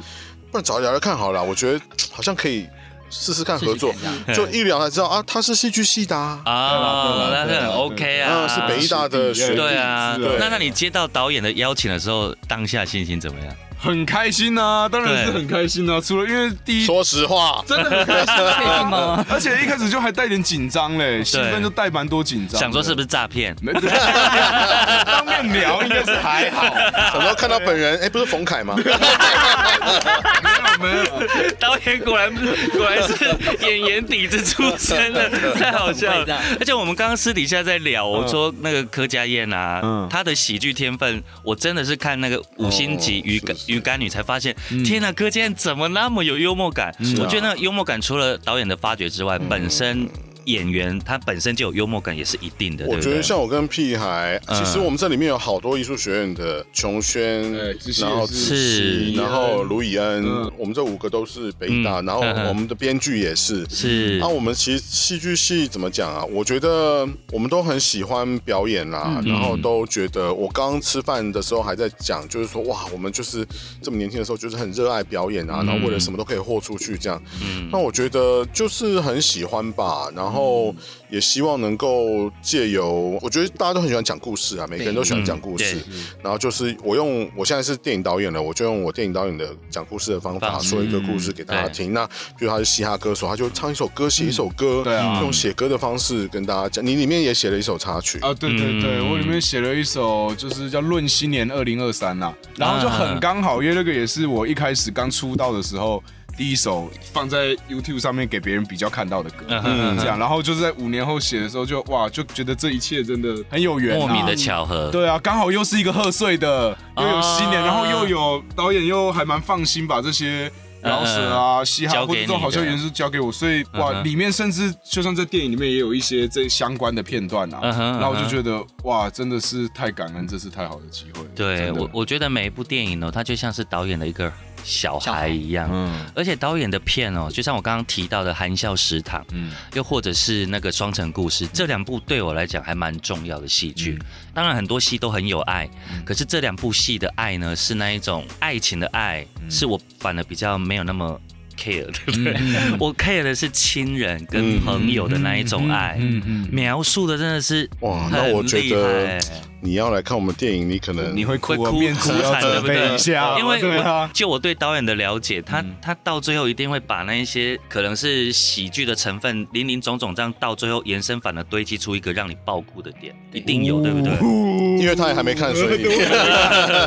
Speaker 4: 不然找聊聊看好了。我觉得好像可以试试看合作
Speaker 2: 试试看，
Speaker 1: 这样
Speaker 4: 就一聊才知道啊，他是戏剧系的啊，
Speaker 1: 啊，
Speaker 5: 对
Speaker 1: 那
Speaker 5: 啦对啦
Speaker 1: 是很
Speaker 5: 对啦
Speaker 1: OK 啊，
Speaker 4: 啊是北医大的学弟，
Speaker 1: 对啊，
Speaker 5: 是啊
Speaker 1: 那那你接到导演的邀请的时候，当下心情怎么样？
Speaker 5: 很开心啊，当然是
Speaker 1: 对
Speaker 5: 很开心啊，除了因为第一
Speaker 4: 说实话，
Speaker 5: 真的很开心啊
Speaker 2: 确定吗？
Speaker 5: 而且一开始就还带点紧张嘞，兴奋就带蛮多紧张的，
Speaker 1: 想说是不是诈骗？
Speaker 5: 没 当面聊应该是还好，
Speaker 4: 想说看到本人，哎，不是冯凯吗？
Speaker 5: 没有没有。
Speaker 1: 导演果然果然是演员底子出身的，太好笑
Speaker 2: 很会这
Speaker 1: 了
Speaker 2: 样。
Speaker 1: 而且我们刚刚私底下在聊，我说那个柯佳燕啊，
Speaker 5: 嗯
Speaker 1: 她的喜剧天分，我真的是看那个五星级
Speaker 4: 哦
Speaker 1: 鱼竿
Speaker 4: 是是
Speaker 1: 鱼竿女才发现，天哪，柯佳燕怎么那么有幽默感？
Speaker 5: 啊
Speaker 1: 我觉得那个幽默感除了导演的发掘之外，本身演员他本身就有幽默感，也是一定的。对
Speaker 4: 我
Speaker 1: 不
Speaker 4: 觉
Speaker 1: 对
Speaker 4: 得像我跟屁孩，
Speaker 1: 嗯
Speaker 4: 其实我们这里面有好多艺术学院的琼轩
Speaker 5: 哎知，西
Speaker 4: 然后
Speaker 5: 也是
Speaker 4: 知西
Speaker 1: 是
Speaker 4: 然后卢以恩
Speaker 5: 嗯，
Speaker 4: 我们这五个都是北艺大，
Speaker 1: 嗯
Speaker 4: 然后
Speaker 1: 嗯嗯
Speaker 4: 我们的编剧也是，
Speaker 1: 是
Speaker 4: 那、我们其实戏剧系怎么讲啊？我觉得我们都很喜欢表演啦，
Speaker 2: 嗯
Speaker 4: 然后都觉得我刚刚吃饭的时候还在讲，就是说哇，我们就是这么年轻的时候就是很热爱表演啊，
Speaker 1: 嗯
Speaker 4: 然后为了什么都可以豁出去这样。
Speaker 1: 嗯
Speaker 4: 那我觉得就是很喜欢吧，然后也希望能够借由，我觉得大家都很喜欢讲故事啊，每个人都喜欢讲故事。
Speaker 1: 嗯
Speaker 4: 然后就是我用我现在是电影导演了，我就用我电影导演的讲故事的方法
Speaker 1: 方式
Speaker 4: 说一个故事给大家听。那比如他是嘻哈歌手，他就唱一首歌，写一首歌，
Speaker 5: 对啊
Speaker 4: 用写歌的方式跟大家讲。你里面也写了一首插曲，
Speaker 5: 啊，对对对，
Speaker 1: 嗯
Speaker 5: 我里面写了一首，就是叫《论新年二零二三》啦，然后就很刚好，因为那个也是我一开始刚出道的时候。第一首放在 YouTube 上面给别人比较看到的歌，
Speaker 1: 嗯哼嗯哼
Speaker 5: 这样，然后就是在五年后写的时候就哇，就觉得这一切真的很有缘、啊，
Speaker 1: 莫名的巧合。
Speaker 5: 对啊，刚好又是一个贺岁的，又有新年，
Speaker 1: 啊
Speaker 5: 然后又有导演又还蛮放心把这些饶舌啊、嘻哈
Speaker 1: 嗯交
Speaker 5: 或
Speaker 1: 给
Speaker 5: 者
Speaker 1: 你
Speaker 5: 这种好笑元素交给我，所以
Speaker 1: 嗯
Speaker 5: 哇，
Speaker 1: 哼
Speaker 5: 里面甚至就像在电影里面也有一些这相关的片段啊，
Speaker 1: 嗯哼嗯哼
Speaker 5: 然后我就觉得哇，真的是太感恩，这是太好的机会了。
Speaker 1: 对
Speaker 5: 真的
Speaker 1: 我，我觉得每一部电影哦，它就像是导演的一个小
Speaker 2: 小
Speaker 1: 孩
Speaker 2: 孩
Speaker 1: 一样。
Speaker 5: 嗯
Speaker 1: 而且导演的片哦，就像我刚刚提到的《含笑食堂》，
Speaker 5: 嗯，
Speaker 1: 又或者是那个《双城故事》，这两部对我来讲还蛮重要的戏剧。
Speaker 5: 嗯
Speaker 1: 当然，很多戏都很有爱，可是这两部戏的爱呢，是那一种爱情的爱，
Speaker 5: 嗯
Speaker 1: 是我反而比较没有那么 care 的。对不对？
Speaker 5: 嗯
Speaker 1: 我 care 的是亲人跟
Speaker 4: 嗯
Speaker 1: 朋友的那一种爱，
Speaker 5: 嗯，
Speaker 1: 描述的真的是
Speaker 4: 哇那我
Speaker 1: 很
Speaker 4: 觉
Speaker 1: 厉
Speaker 4: 得
Speaker 1: 害
Speaker 4: 你要来看我们电影，你可能
Speaker 5: 你会
Speaker 1: 会
Speaker 5: 哭啊，
Speaker 1: 哭
Speaker 5: 面子
Speaker 1: 哭
Speaker 5: 要
Speaker 1: 惨，对
Speaker 5: 准
Speaker 1: 不对
Speaker 5: 备一下，
Speaker 1: 因为
Speaker 5: 对
Speaker 1: 我
Speaker 5: 啊，嗯
Speaker 1: 就我对导演的了解，他他到最后一定会把那一些可能是喜剧的成分林林总总，这样到最后延伸反而堆积出一个让你爆哭的点，一定有，对不对？
Speaker 5: 哦
Speaker 4: 因为他也还没看， 所以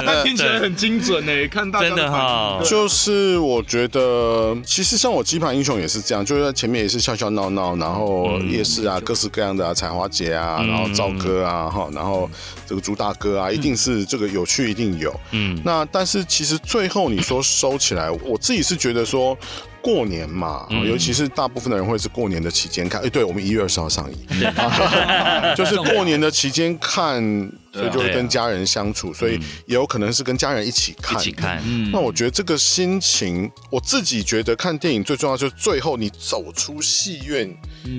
Speaker 5: 但听起来很精准诶，看大家
Speaker 1: 真的
Speaker 5: 反应
Speaker 1: 哈
Speaker 4: 就是我觉得，其实像我鸡排英雄也是这样，就是在前面也是笑笑闹
Speaker 5: 嗯
Speaker 4: 闹，然后夜市啊，各式各样的啊，采花节啊，
Speaker 1: 嗯
Speaker 4: 然后赵哥啊，哈，然后这个朱大哥啊，一定是这个有趣，一定有。
Speaker 1: 嗯，
Speaker 4: 那但是其实最后你说收起来，我自己是觉得说。过年嘛，
Speaker 1: 嗯
Speaker 4: 尤其是大部分的人会是过年的期间看。哎、对，我们一月二十号上映， 就是过年的期间看，
Speaker 1: 啊
Speaker 4: 所以就会跟家人相处，所以也有可能是跟家人一起
Speaker 1: 嗯一
Speaker 4: 看。
Speaker 1: 起看，
Speaker 5: 嗯
Speaker 4: 那我觉得这个心情，我自己觉得看电影最重要就是最后你走出戏院，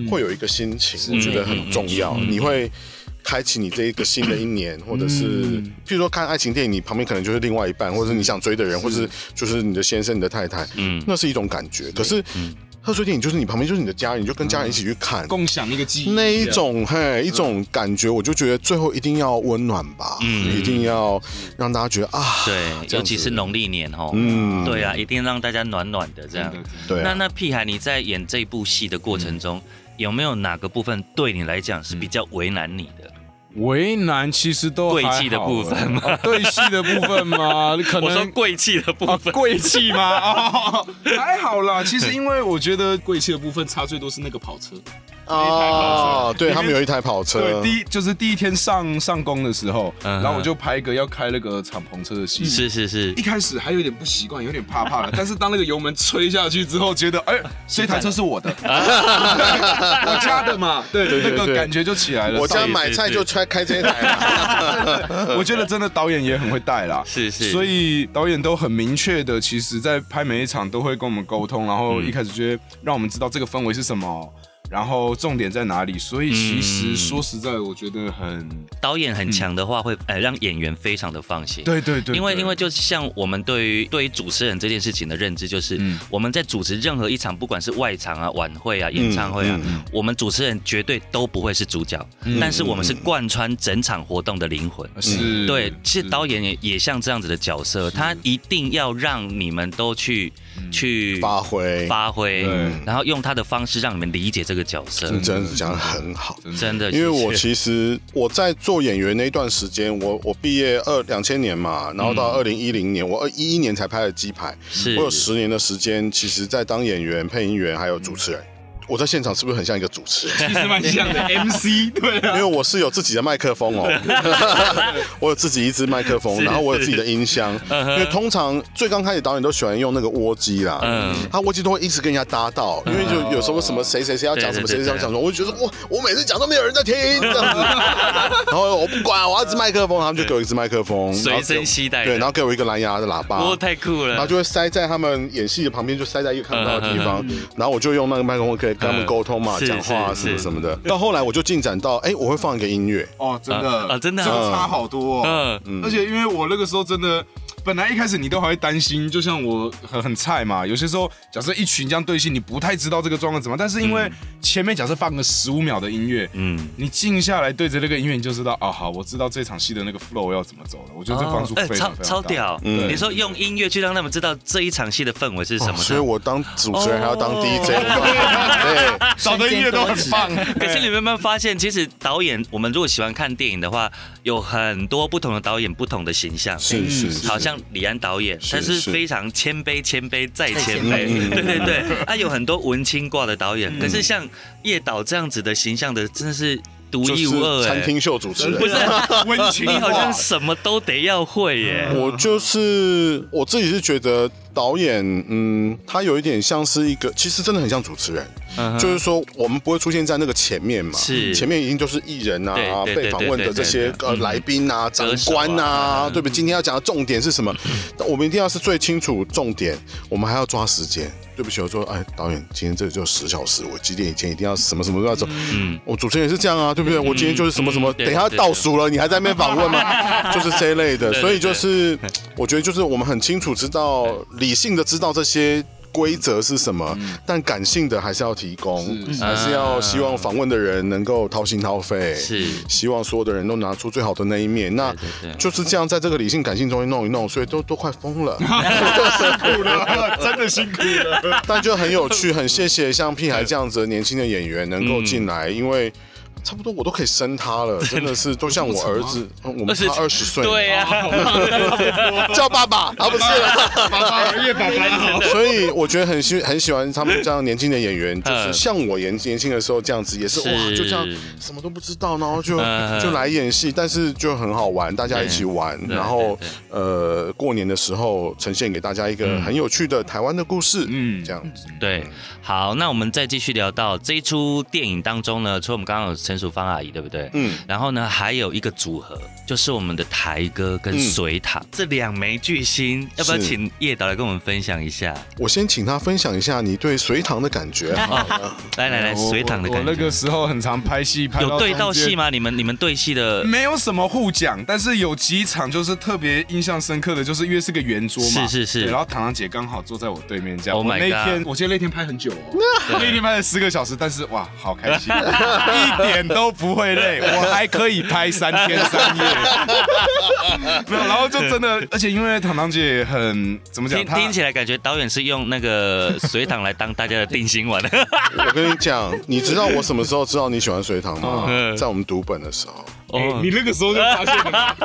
Speaker 4: 会有一个心情，我觉得很重要。你会开启你这一个新的一年，或者是譬如说看爱情电影，你旁边可能就是另外一半，或者是你想追的人，或者是就是你的先生、你的太太，
Speaker 1: 嗯，
Speaker 4: 那是一种感觉。可是贺岁电影就是你旁边就是你的家人，你就跟家人一起去看。
Speaker 5: 共享一个记忆
Speaker 4: 那一种嘿，一种感觉，我就觉得最后一定要温暖吧，
Speaker 1: 嗯
Speaker 4: 一定要让大家觉得啊，
Speaker 1: 对，
Speaker 4: 这样
Speaker 1: 尤其
Speaker 4: 子
Speaker 1: 是农历年哦，
Speaker 4: 嗯
Speaker 1: 对啊，一定让大家暖暖的这
Speaker 5: 这
Speaker 1: 样
Speaker 5: 样。的，真的
Speaker 4: 对啊、
Speaker 1: 那那屁孩，你在演这部戏的过程
Speaker 5: 嗯
Speaker 1: 中，有没有哪个部分对你来讲是比较为难你的？
Speaker 5: 为难其实都还好
Speaker 1: 贵气的部分吗
Speaker 5: 哦贵气的部 分吗？可
Speaker 1: 我说
Speaker 5: 能
Speaker 1: 贵气的部
Speaker 5: 啊，
Speaker 1: 分，
Speaker 5: 贵气 吗？哦，还好啦。其实因为我觉得贵气的部分差最多是那个跑车。
Speaker 4: 哦，对
Speaker 5: 里面
Speaker 4: 他们有一台跑车
Speaker 5: 对，，第一就是第一天上上工的时候，
Speaker 1: 嗯哼
Speaker 5: 然后我就拍一个要开那个敞篷车的戏。
Speaker 1: 是是是
Speaker 5: 一，开始还有点不习惯，有点 怕怕的，但是当那个油门吹下去之后，觉得哎，这台车是我 的，我家的嘛，对，
Speaker 4: 对
Speaker 5: 那
Speaker 4: 对
Speaker 5: 个感觉就起来了。
Speaker 4: 我
Speaker 5: 上
Speaker 4: 家买菜就开开这一台啦。
Speaker 5: 我觉得真的导演也很会带啦，
Speaker 1: 是是
Speaker 5: 所以导演都很明确的，其实在拍每一场都会跟我们沟通，然后一开始就会让我们知道这个氛围是什么，然后重点在哪里。所以其
Speaker 1: 嗯
Speaker 5: 实说实在，我觉得很
Speaker 1: 导演很强的话，会呃让演员非常的放心。
Speaker 5: 嗯对对对，
Speaker 1: 因为
Speaker 5: 对
Speaker 1: 因为就像我们对于对于主持人这件事情的认知，就是
Speaker 5: 嗯
Speaker 1: 我们在主持任何一场，不管是外场啊、晚会啊、演唱会啊，
Speaker 5: 嗯
Speaker 1: 我们主持人绝对都不会是主角，但是我们是贯穿整场活动的灵魂。
Speaker 5: 嗯呃是
Speaker 1: 对，其实
Speaker 5: 是
Speaker 1: 导演也也像这样子的角色，他一定要让你们都去去
Speaker 4: 发挥，
Speaker 1: 发挥
Speaker 5: 嗯对，
Speaker 1: 然后用他的方式让你们理解这个角色
Speaker 4: 你，真的讲的很好。
Speaker 1: 真的。
Speaker 4: 因为我
Speaker 1: 谢谢
Speaker 4: 其实我在做演员那段时间，我我毕业二两千年嘛，然后到二零一零年，我二一一年才拍的《鸡排》，
Speaker 1: 嗯是
Speaker 4: 我有十年的时间，其实在当演员、配音员还有主持人。我在现场是不是很像一个主持人？
Speaker 5: 其实蛮像的 MC，对
Speaker 4: 因
Speaker 5: 啊，
Speaker 4: 为我是有自己的麦克风哦，我有自己一支麦克风，
Speaker 1: 是嗯
Speaker 4: 然后我有自己的音箱。因为通常最刚开始导演都喜欢用那个窝机啦，
Speaker 1: 嗯
Speaker 4: 他窝机都会一直跟人家搭到，因为就有时候什么谁谁谁要讲什么，
Speaker 1: 对
Speaker 4: 谁
Speaker 1: 对对
Speaker 4: 谁要讲什么，我就觉得我我每次讲都没有人在听这样子，然后我不管，我要一支麦克风，他们就给我一支麦克风，
Speaker 1: 随身携带的
Speaker 4: 对，然后给我一个蓝牙的喇叭，
Speaker 1: 哇，哦太酷
Speaker 4: 然后
Speaker 1: 了，
Speaker 4: 啊就会塞在他们演戏的旁边，就塞在一个看不到的地方。然后我就用那个麦克风可以跟他们沟通嘛，
Speaker 1: 嗯
Speaker 4: 讲话啊
Speaker 1: 是
Speaker 4: 什
Speaker 1: 是
Speaker 4: 么什么的。到后来我就进展到，哎，我会放一个音乐，
Speaker 5: 哦，真
Speaker 1: 啊啊
Speaker 5: 的
Speaker 1: 真的啊
Speaker 5: 这个差好多哦。
Speaker 1: 嗯，
Speaker 5: 而且因为我那个时候真的，本来一开始你都还会担心，就像我很很菜嘛，有些时候假设一群这样对戏，你不太知道这个状况怎么样，但是因为前面假设放个十五秒的音乐，
Speaker 1: 嗯
Speaker 5: 嗯，你静下来对着那个音乐，你就知道啊，好，我知道这场戏的那个 flow 要怎么走了，我觉得这帮助
Speaker 1: 哎
Speaker 5: 非
Speaker 1: 超
Speaker 5: 常非常
Speaker 1: 超
Speaker 5: 大。
Speaker 1: 屌！
Speaker 4: 嗯
Speaker 1: 你说用音乐去让他们知道这一场戏的氛围是什么？
Speaker 4: 所以我当主持人还要当
Speaker 1: 哦
Speaker 4: DJ，对，
Speaker 5: 找的音乐都很棒，
Speaker 1: 可是你们有没有发现，其实导演，我们如果喜欢看电影的话，有很多不同的导演，不同的形象。哎
Speaker 4: 是是是，
Speaker 1: 好像李安导演，
Speaker 4: 是
Speaker 1: 他是
Speaker 4: 是
Speaker 1: 非常谦卑、谦卑再谦
Speaker 2: 再
Speaker 1: 卑
Speaker 4: 卑
Speaker 2: 谦，
Speaker 1: 对对对。啊他有很多文青挂的导
Speaker 4: 嗯
Speaker 1: 演，可是像叶导这样子的形象的，真的是独
Speaker 4: 就
Speaker 1: 一无二
Speaker 4: 是餐
Speaker 1: 哎。
Speaker 4: 厅秀主持人
Speaker 1: 不。是，
Speaker 5: 温情
Speaker 1: 你好像
Speaker 5: 化。
Speaker 1: 什么都得要会耶。
Speaker 4: 我就是我自己是觉得导演，嗯，他有一点像是一个，其实真的很像主持人，
Speaker 1: 嗯哼
Speaker 4: 就是说我们不会出现在那个前面嘛，
Speaker 1: 是
Speaker 4: 前面已经就是艺人
Speaker 1: 对
Speaker 4: 啊、
Speaker 1: 对对
Speaker 4: 被访问的这
Speaker 1: 对对
Speaker 4: 些
Speaker 1: 对对
Speaker 4: 呃
Speaker 1: 嗯
Speaker 4: 来宾啊、长
Speaker 1: 歌手啊
Speaker 4: 官啊，对不对？今天要讲的重点是什么？但我们一定要是最清楚重点，我们还要抓时间。对不起，我说，哎，导演，今天这就十小时，我几点以前一定要什么什么都要走。
Speaker 1: 嗯
Speaker 4: 我主持人也是这样啊，对不对？我今天就是什么什么，
Speaker 1: 嗯对
Speaker 4: 等一下要
Speaker 1: 对对
Speaker 4: 倒数了，你还在那边访问吗？ 就是这一类的，
Speaker 1: 对对
Speaker 4: 所以就是我觉得就是我们很清楚知道，理性的知道这些。规则是什么？
Speaker 1: 嗯
Speaker 4: 但感性的还是要提供，嗯还是要希望访问的人能够掏心掏肺，
Speaker 1: 是
Speaker 4: 希望所有的人都拿出最好的那一面。那
Speaker 1: 对对对
Speaker 4: 就是这样，在这个理性感性中间弄一弄，所以都都快 疯了。
Speaker 5: 真的辛苦了，
Speaker 1: 嗯
Speaker 4: 但就很有趣，很谢谢像屁孩这样子的年轻的演员能够进来，因为差不多我都可以生他了，真的是都像我儿 子，嗯我们差二十岁，
Speaker 1: 对呀、
Speaker 4: 叫爸爸 啊不是，
Speaker 5: 爸爸越爸爸好。
Speaker 4: 所以我觉得很喜很喜欢他们这样年轻的演员，就是像我年年轻的时候这样子，也
Speaker 1: 嗯
Speaker 4: 是
Speaker 1: 是
Speaker 4: 哇就这样什么都不知道，然后就
Speaker 1: 嗯
Speaker 4: 就来演戏，但是就很好玩，大家一起玩，
Speaker 1: 对
Speaker 4: 然后
Speaker 1: 对嗯
Speaker 4: 呃过年的时候呈现给大家一个很有趣的台湾的故事，嗯
Speaker 5: 嗯
Speaker 4: 这样子。
Speaker 1: 对，好，那我们再继续聊到这一出电影当中呢，除了我们刚刚有陈淑芳阿姨，对不对？
Speaker 4: 嗯，
Speaker 1: 然后呢，还有一个组合，就是我们的台哥跟隋唐、
Speaker 5: 嗯
Speaker 1: 这两枚巨星，要不要
Speaker 4: 是
Speaker 1: 请叶导来跟我们分享一下？
Speaker 4: 我先请他分享一下你对隋唐的 感觉。
Speaker 1: 来来来，
Speaker 5: 哎我
Speaker 1: 隋唐的
Speaker 5: 我
Speaker 1: 感
Speaker 5: 我那
Speaker 1: 觉
Speaker 5: 个。时候很常拍戏，拍
Speaker 1: 有对
Speaker 5: 到
Speaker 1: 到
Speaker 5: 中间嗯
Speaker 1: 戏吗？你们你们对戏的
Speaker 5: 没有什么互讲，但是有几场就是特别印象深刻的，就是因为是个圆桌嘛，
Speaker 1: 是是是
Speaker 5: 对然后糖糖姐刚好坐在我对面，这样。
Speaker 1: Oh
Speaker 5: 我
Speaker 1: my
Speaker 5: 那
Speaker 1: god
Speaker 5: 天，我记得那天拍很 久哦，那天拍了十个小时，但是哇，好开心，一点都不会累，我还可以拍三天三 夜。没有，然后就真的，而且因为糖糖姐很怎么讲，
Speaker 1: 听
Speaker 5: 她
Speaker 1: 听起来感觉导演是用那个隋唐来当大家的定心丸
Speaker 5: 哎
Speaker 1: 的
Speaker 4: 我跟你讲，你知道我什么时候知道你喜欢隋唐吗？
Speaker 1: 嗯
Speaker 4: 在我们读本的时候，
Speaker 1: 哦
Speaker 5: 哎你那个时候就发 现了，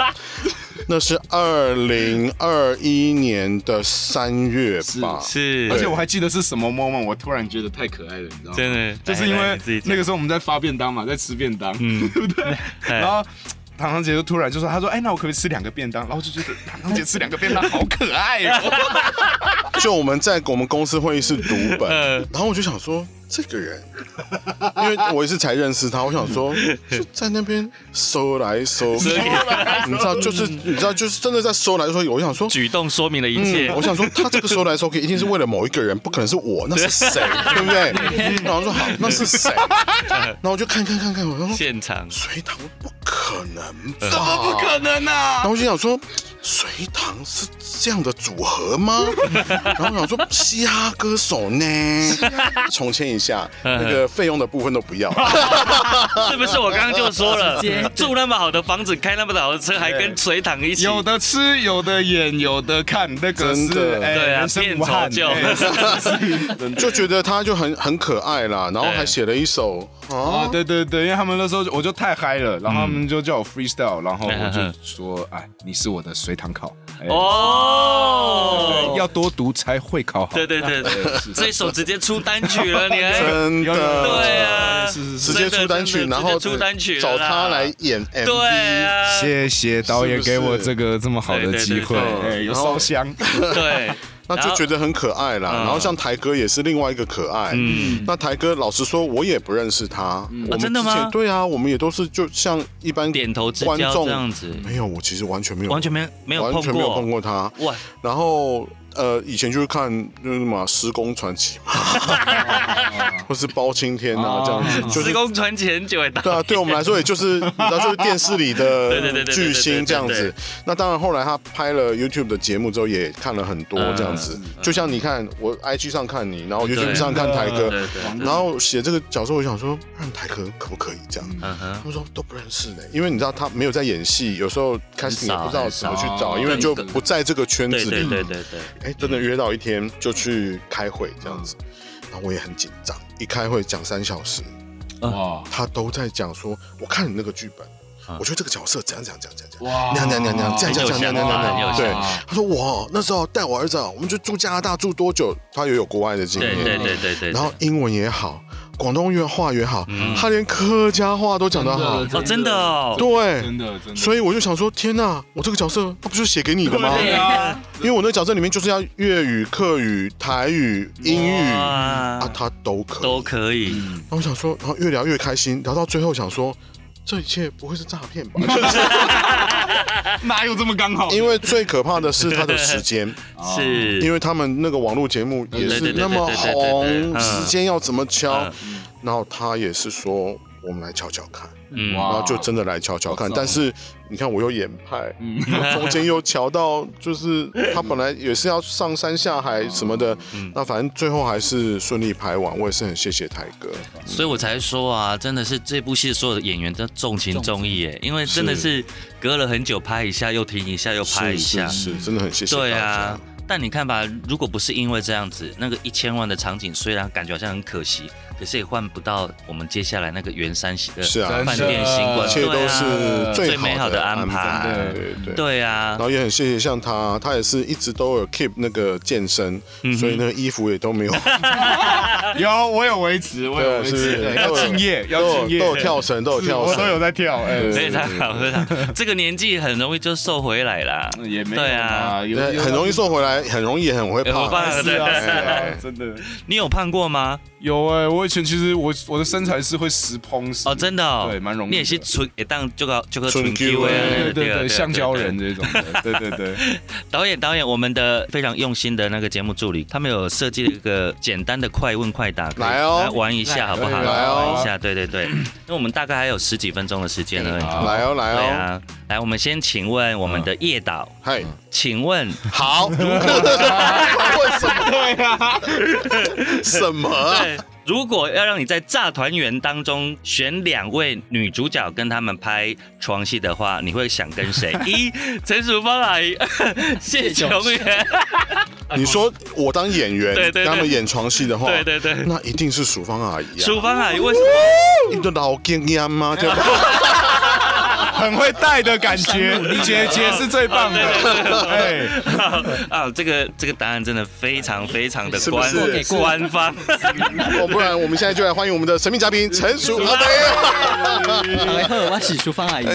Speaker 4: 那是二零二一年的三月吧。
Speaker 1: 是
Speaker 5: 而且我还记得是什么 moment，我突然觉得太可爱了，你知道吗？
Speaker 1: 真的
Speaker 5: 就是
Speaker 1: 来
Speaker 5: 因
Speaker 1: 来
Speaker 5: 为
Speaker 1: 你自己讲
Speaker 5: 那个时候我们在发便当嘛，在吃便当，
Speaker 1: 嗯
Speaker 5: 对不对？
Speaker 1: 哎
Speaker 5: 然后糖糖姐就突然就说：“她说，哎，那我可不可以吃两个便当？”然后我就觉得糖糖姐吃两个便当好可爱哦。
Speaker 4: 就我们在我们公司会议室读本
Speaker 1: 嗯，
Speaker 4: 然后我就想说，这个人，因为我也是才认识他，我想说就在那边搜来搜，去，你知道，就是你知道，就是真的在搜来搜去，我想说。
Speaker 1: 举动说明了一切
Speaker 4: 嗯，。我想说，他这个时候来搜，一定是为了某一个人，不可能是我，那是谁，对不对？然后说好，那是谁？然后我就看看看看，我说
Speaker 1: 现场
Speaker 4: 隋唐不可能吧？
Speaker 5: 怎么不可能啊
Speaker 4: 然？后我就想说，隋唐是这样的组合吗？然后我想说，嘻哈歌手呢？重签一下，那个费用的部分都不要。
Speaker 1: 是不是我刚刚就说了
Speaker 2: 直接，
Speaker 1: 住那么好的房子，开那么好的车，还跟隋唐一起，
Speaker 5: 有的吃，有的演，有的看，那个
Speaker 4: 真
Speaker 5: 是
Speaker 4: 的
Speaker 5: 哎，
Speaker 1: 对啊
Speaker 5: 人生无憾，
Speaker 1: 变丑
Speaker 5: 哎
Speaker 1: 就是
Speaker 5: 是
Speaker 4: 就觉得他就很很可爱啦，然后
Speaker 1: 对
Speaker 4: 还写了一首啊
Speaker 5: 哦，，对对对，因为他们那时候我就太嗨了，然后他们就叫我 freestyle，然后我
Speaker 1: 嗯
Speaker 5: 就说，哎，你是我的随堂考，哎
Speaker 1: 哦
Speaker 5: 对，要多读才会考好。
Speaker 1: 对对对对，
Speaker 5: 是
Speaker 1: 这首直接出单曲了，你 还
Speaker 4: 真
Speaker 5: 有有有
Speaker 4: 的
Speaker 1: 对啊，
Speaker 5: 是是
Speaker 4: 直
Speaker 5: 是
Speaker 4: 接
Speaker 1: 真的
Speaker 4: 出单曲，
Speaker 1: 真的
Speaker 4: 然
Speaker 1: 直
Speaker 4: 后
Speaker 1: 接出单曲了
Speaker 4: 找
Speaker 1: 啦
Speaker 4: 他来演 MV。
Speaker 1: 对啊，
Speaker 5: 谢谢导演给我这个这么好的机
Speaker 1: 是不
Speaker 5: 会，
Speaker 4: 是
Speaker 5: 哎有烧香。
Speaker 1: 对，
Speaker 4: 那就觉得很可爱啦。
Speaker 1: 嗯
Speaker 4: 然后像台哥也是另外一个可爱。
Speaker 1: 嗯
Speaker 4: 那台哥老实说，我也不认识他。我
Speaker 1: 啊
Speaker 4: 们
Speaker 1: 真的吗
Speaker 4: 之前对啊，我们也都是就像一般
Speaker 1: 点头之
Speaker 4: 观
Speaker 1: 交
Speaker 4: 众
Speaker 1: 这样子，
Speaker 4: 没有，我其实完全没有，
Speaker 1: 嗯完全没没有
Speaker 4: 完
Speaker 1: 碰
Speaker 4: 全没有碰
Speaker 1: 过，
Speaker 4: 过他。
Speaker 1: 哇，
Speaker 4: 然后呃，以前就是看就是什么《施工传奇》嘛， 或是包青天啊
Speaker 5: 哦
Speaker 4: 这样子，就
Speaker 1: 时
Speaker 4: 是。
Speaker 1: 空传奇很久哎，
Speaker 4: 对啊，对我们来说，也就是 你知道，就是电视里
Speaker 1: 对对对对
Speaker 4: 的
Speaker 1: 对
Speaker 4: 巨星这样
Speaker 1: 对对
Speaker 4: 子。那当然，后来他拍了 YouTube 的节目之后，也看了很多这样子。就像你看，我 IG 当然 IG 上看你，然后 YouTube 上看台
Speaker 1: 嗯对
Speaker 4: 哥，
Speaker 1: 对对，
Speaker 4: 然后写这个角色，我想说，让台哥可不可以这样？
Speaker 1: 嗯哼
Speaker 4: 他，们说都不认识呢，因为你知道他没有在演戏，有时候开始你也
Speaker 1: 很少
Speaker 4: 不知道怎么去
Speaker 5: 很
Speaker 4: 找，
Speaker 5: 少
Speaker 4: 因为就不在这个圈
Speaker 1: 对
Speaker 4: 子
Speaker 1: 对
Speaker 4: 里。
Speaker 1: 对对对，
Speaker 4: 哎，真的约到一天就去开会这样子，
Speaker 1: 嗯
Speaker 4: 然后我也很紧张，一开会讲三小时，
Speaker 5: 哇
Speaker 4: 他都在讲说，我看你那个剧本，
Speaker 1: 嗯
Speaker 4: 我觉得这个角色怎样怎样怎样怎样怎样。
Speaker 5: 哇
Speaker 4: 那样那样那样那样，这样这样这样这样这样，
Speaker 1: 很有
Speaker 4: 对
Speaker 1: 想
Speaker 5: 法。
Speaker 4: 他说我那时候带我儿子啊，我们就住加拿大住多久？他也有国外的经
Speaker 1: 对
Speaker 4: 验，
Speaker 1: 对对对对，
Speaker 4: 然后英文也好，广东话也好，他连客家话都讲得好，
Speaker 1: 哦，真的哦，
Speaker 4: 对，
Speaker 5: 真的真的。
Speaker 4: 所以我就想说，天呐，我这个角色那不就是写给你的吗？
Speaker 5: 对啊，
Speaker 4: 因为我那个角色里面就是要粤语、客语、台语、英语
Speaker 1: 哇
Speaker 4: 啊，他都可以。
Speaker 1: 哦都可以，
Speaker 4: 然后我想说，然后越聊越开心，聊到最后想说，这一切不会是诈骗吧？
Speaker 5: 哪有这么刚好？啊
Speaker 4: 因为最可怕的是他的时间，
Speaker 1: 是，
Speaker 4: 因
Speaker 1: 为
Speaker 4: 为他们那个网络节目也是那么
Speaker 1: 对对对对对对对
Speaker 4: 红，
Speaker 1: 嗯
Speaker 4: 时间要怎么敲
Speaker 1: 嗯？
Speaker 4: 然后他也是说，我们来瞧瞧看。
Speaker 1: 嗯
Speaker 5: 哇
Speaker 4: 然后就真的来瞧瞧看
Speaker 5: 我。知道
Speaker 4: 但是你看，我又演派，
Speaker 5: 嗯
Speaker 4: 然后中间又瞧到，就是他本来也是要上山下海什么的，
Speaker 1: 嗯
Speaker 4: 那反正最后还是顺利拍完。我也是很谢谢台哥，
Speaker 1: 所以我才说啊，真的是这部戏所有的演员都重情重义哎，因为真的是隔了很久拍一下，又停一下，又拍一下，
Speaker 4: 是是真的很谢谢大
Speaker 1: 对
Speaker 4: 家
Speaker 1: 啊。。但你看吧，如果不是因为这样子，那个一千万的场景虽然感觉好像很可惜，可是也换不到我们接下来那个圆山喜呃
Speaker 4: 是啊
Speaker 1: 饭店星光，
Speaker 4: 一切都
Speaker 1: 对啊
Speaker 4: 是
Speaker 1: 最
Speaker 4: 好
Speaker 1: 美好的
Speaker 4: 的
Speaker 1: 安
Speaker 5: 真
Speaker 1: 排
Speaker 4: 对
Speaker 5: 的。
Speaker 4: 对对。
Speaker 1: 对啊
Speaker 4: 然，后也很谢谢像他，他也是一直都有 keep 那个健身，
Speaker 1: 嗯
Speaker 4: 所以那个衣服也都没有，
Speaker 5: 有我有维持，我
Speaker 4: 对，
Speaker 5: 有维
Speaker 4: 是不
Speaker 5: 持，
Speaker 4: 是？
Speaker 5: 对要敬业，要
Speaker 4: 都有
Speaker 5: 敬业，
Speaker 4: 都有跳绳，都有
Speaker 5: 是
Speaker 4: 跳
Speaker 5: 我
Speaker 4: 绳，
Speaker 5: 都有在跳，哎，
Speaker 4: 对
Speaker 1: 非常好，非常好。这个年纪很容易就瘦回来啦，
Speaker 5: 也没有
Speaker 1: 对啊，
Speaker 5: 嘛，有
Speaker 4: 对，很容易。瘦回来，很容易也很会
Speaker 1: 哎我
Speaker 4: 胖。
Speaker 1: 胖了，
Speaker 5: 是
Speaker 1: 对
Speaker 5: 啊，是啊，真的
Speaker 1: 你有胖过吗？
Speaker 5: 有哎、我以前其实我我的身材是会实碰死
Speaker 1: 哦，真的哦，
Speaker 5: 对蛮容易的
Speaker 1: 你也是纯也当就个就个
Speaker 4: 纯
Speaker 1: 纯 Q
Speaker 4: Q，
Speaker 1: 啊
Speaker 4: 对
Speaker 5: 对对
Speaker 1: 啊
Speaker 5: 对，
Speaker 1: 啊
Speaker 5: 橡胶人
Speaker 1: 对啊
Speaker 5: 这种的，对对 对，
Speaker 1: 导演导演，我们的非常用心的那个节目助理，他们有设计了一个简单的快问快答，可以
Speaker 4: 来哦
Speaker 1: 玩一下好不好？
Speaker 4: 来哦
Speaker 1: 玩一下，对对对，因为我们大概还有十几分钟的时间而已。
Speaker 5: 好
Speaker 4: 来哦，来
Speaker 1: 对
Speaker 4: 哦，
Speaker 1: 啊，来，我们先请问我们的叶导，
Speaker 4: 嗨，
Speaker 1: 请问
Speaker 4: 好，为什么？
Speaker 5: 对啊，
Speaker 4: 什么 啊？
Speaker 1: 对，如果要让你在《炸团圆》当中选两位女主角跟他们拍床戏的话，你会想跟 谁？一陈淑芳阿姨， 谢琼媛，
Speaker 4: 你说我当演员，
Speaker 1: 对对对
Speaker 4: 跟他们演床戏的话，
Speaker 1: 对对对，
Speaker 4: 那一定是淑芳阿姨啊。
Speaker 1: 淑芳阿姨为什么？
Speaker 4: 你的老经验吗？这样
Speaker 5: 很会带的感觉，姐姐是最棒的，
Speaker 1: 哦
Speaker 5: 哎，
Speaker 1: 啊，这个这个答案真的非常非常的
Speaker 4: 是不
Speaker 1: 官
Speaker 4: 是
Speaker 2: 给过
Speaker 1: 官方，
Speaker 4: 哦，不然我们现在就来欢迎我们的神秘 嘉宾陈淑阿飞。
Speaker 2: 大家好，我是淑芳阿姨。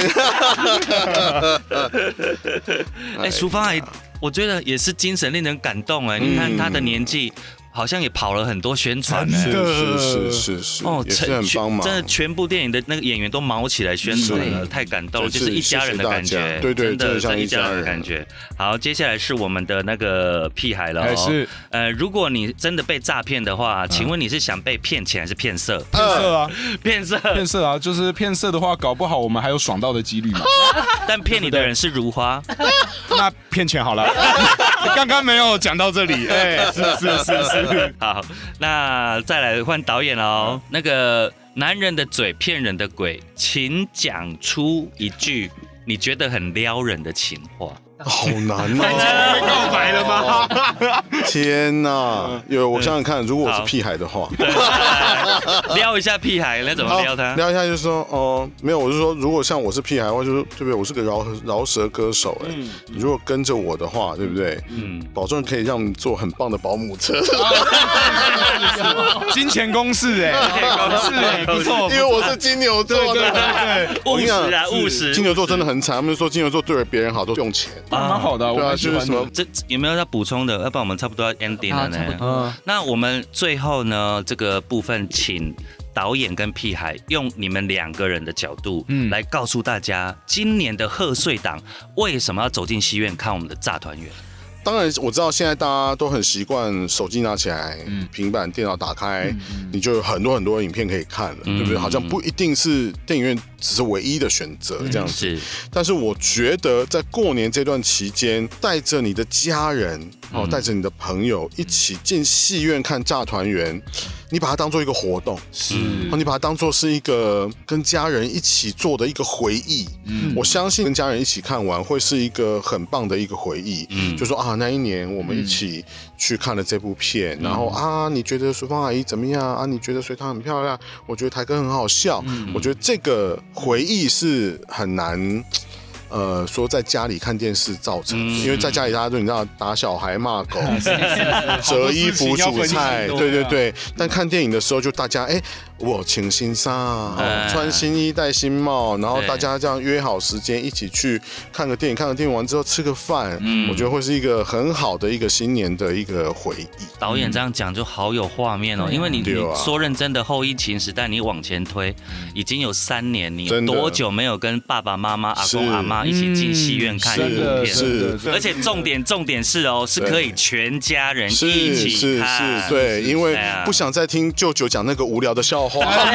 Speaker 1: 哎，淑芳阿姨，我觉得也是精神令人感动哎，你看她的年纪。好像也跑了很多宣传哎呢、
Speaker 5: 真的
Speaker 4: 嗯是是是是，也是很帮忙，
Speaker 1: 哦真的全部电影的那个演员都毛起来宣传了，太感动了，
Speaker 4: 对
Speaker 1: 就是一家人的感
Speaker 4: 谢谢大
Speaker 1: 觉，
Speaker 4: 家对对
Speaker 1: 真的
Speaker 4: 真的像
Speaker 1: 像一
Speaker 4: 一家
Speaker 1: 家人的
Speaker 4: 人
Speaker 1: 感觉。好，接下来是我们的那个屁孩了
Speaker 5: 哎
Speaker 1: 哦，
Speaker 5: 是
Speaker 1: 呃，如果你真的被诈骗的话，请问你是想被骗钱还是骗色？
Speaker 5: 骗
Speaker 4: 呃
Speaker 5: 色啊，
Speaker 1: 骗 色，
Speaker 5: 骗色啊，就是骗色的话，搞不好我们还有爽到的几率嘛。
Speaker 1: 但骗你的人是如花，
Speaker 5: 那骗钱好了， 刚刚没有讲到这里，哎，是是是是，
Speaker 1: 好，那再来换导演了哦。那个男人的嘴骗人的鬼，请讲出一句你觉得很撩人的情话。
Speaker 4: 好难 哦！
Speaker 5: 告白了吗？
Speaker 4: 天哪，
Speaker 1: 嗯
Speaker 4: 有我想想看，如果我是屁孩的话，
Speaker 1: 撩一下屁孩，那怎么撩他？
Speaker 4: 聊一下就说哦，没有，我是说，如果像我是屁孩的话，就是对不对？我是个饶饶舌歌手，哎，
Speaker 5: 嗯
Speaker 4: 你如果跟着我的话，对不对？
Speaker 1: 嗯，
Speaker 4: 保证可以让你做很棒的保姆车，
Speaker 5: 哦 金钱攻势，哎，是哎，不错，不 错
Speaker 4: 因为我是金牛座
Speaker 5: 对
Speaker 4: 的。
Speaker 5: 对对，
Speaker 1: 务
Speaker 4: 我跟你
Speaker 1: 实
Speaker 4: 讲
Speaker 1: 啊，务实。
Speaker 4: 金牛座真的很惨，他们说金牛座对别人好都用钱，
Speaker 5: 蛮好的啊，我
Speaker 4: 对啊，
Speaker 5: 蛮喜
Speaker 4: 就是
Speaker 5: 欢
Speaker 4: 什么
Speaker 5: 的。
Speaker 1: 这这有没有要补充的？要不然我们差不多要 ending 了
Speaker 2: 好差不
Speaker 1: 呢。
Speaker 2: 多
Speaker 5: 嗯，
Speaker 1: 那我们最后呢，这个部分请。导演跟屁孩用你们两个人的角度，嗯，
Speaker 5: 嗯
Speaker 1: 来告诉大家今年的贺岁档为什么要走进戏院看我们的《炸团圆》。
Speaker 4: 当然，我知道现在大家都很习惯手机拿起来，
Speaker 5: 嗯
Speaker 4: 平板电脑打开，你就有很多很多影片可以看了，
Speaker 1: 嗯
Speaker 4: 对不对？好像不一定是电影院只是唯一的选择这样子。
Speaker 1: 是，
Speaker 4: 但是我觉得在过年这段期间，带着你的家人，哦，带着你的朋友一起进戏院看《炸团圆》，你把它当做一个活动，
Speaker 5: 是
Speaker 1: 嗯
Speaker 4: 哦，你把它当做是一个跟家人一起做的一个回忆。
Speaker 5: 嗯
Speaker 4: 我相信跟家人一起看完会是一个很棒的一个回忆。
Speaker 1: 嗯
Speaker 4: 就说啊，那一年我们一起去看了这部片，然后
Speaker 1: 嗯
Speaker 4: 啊，你觉得淑芳阿姨怎么样啊？你觉得隋唐很漂亮？我觉得台哥很好笑。
Speaker 1: 嗯
Speaker 4: 我觉得这个回忆是很难。呃，说在家里看电视造成，
Speaker 1: 嗯
Speaker 4: 因为在家里大家都你知道打小孩、骂狗、折
Speaker 5: 多
Speaker 4: 衣
Speaker 5: 事情
Speaker 4: 服、
Speaker 5: 要
Speaker 4: 煮
Speaker 5: 分析
Speaker 4: 菜， 对
Speaker 5: 对
Speaker 4: 对
Speaker 5: 啊
Speaker 4: 对。但看电影的时候，就大家哎，我请新衫啊，
Speaker 1: 哎
Speaker 4: 穿新衣戴新帽，然后
Speaker 1: 对
Speaker 4: 大家这样约好时间一起去看个电影，看个电影完之后吃个饭，
Speaker 1: 嗯
Speaker 4: 我觉得会是一个很好的一个新年的一个回忆。
Speaker 1: 导
Speaker 5: 嗯
Speaker 1: 演这样讲就好有画面哦，因为你你
Speaker 4: 对啊
Speaker 1: 说认真的后疫情时代，你往前推，
Speaker 5: 嗯
Speaker 1: 已经有三年，你
Speaker 4: 真的
Speaker 1: 多久没有跟爸爸妈妈、阿公
Speaker 4: 是
Speaker 1: 阿妈一起进戏院看一
Speaker 4: 是
Speaker 1: 部
Speaker 4: 是
Speaker 1: 片？
Speaker 5: 嗯真的
Speaker 1: 而且重点重点是哦，是可以全家人一
Speaker 4: 是
Speaker 1: 起
Speaker 4: 是
Speaker 1: 看，
Speaker 4: 是，对，因为
Speaker 1: 哎呀
Speaker 4: 不想再听舅舅讲那个无聊的笑 话。哎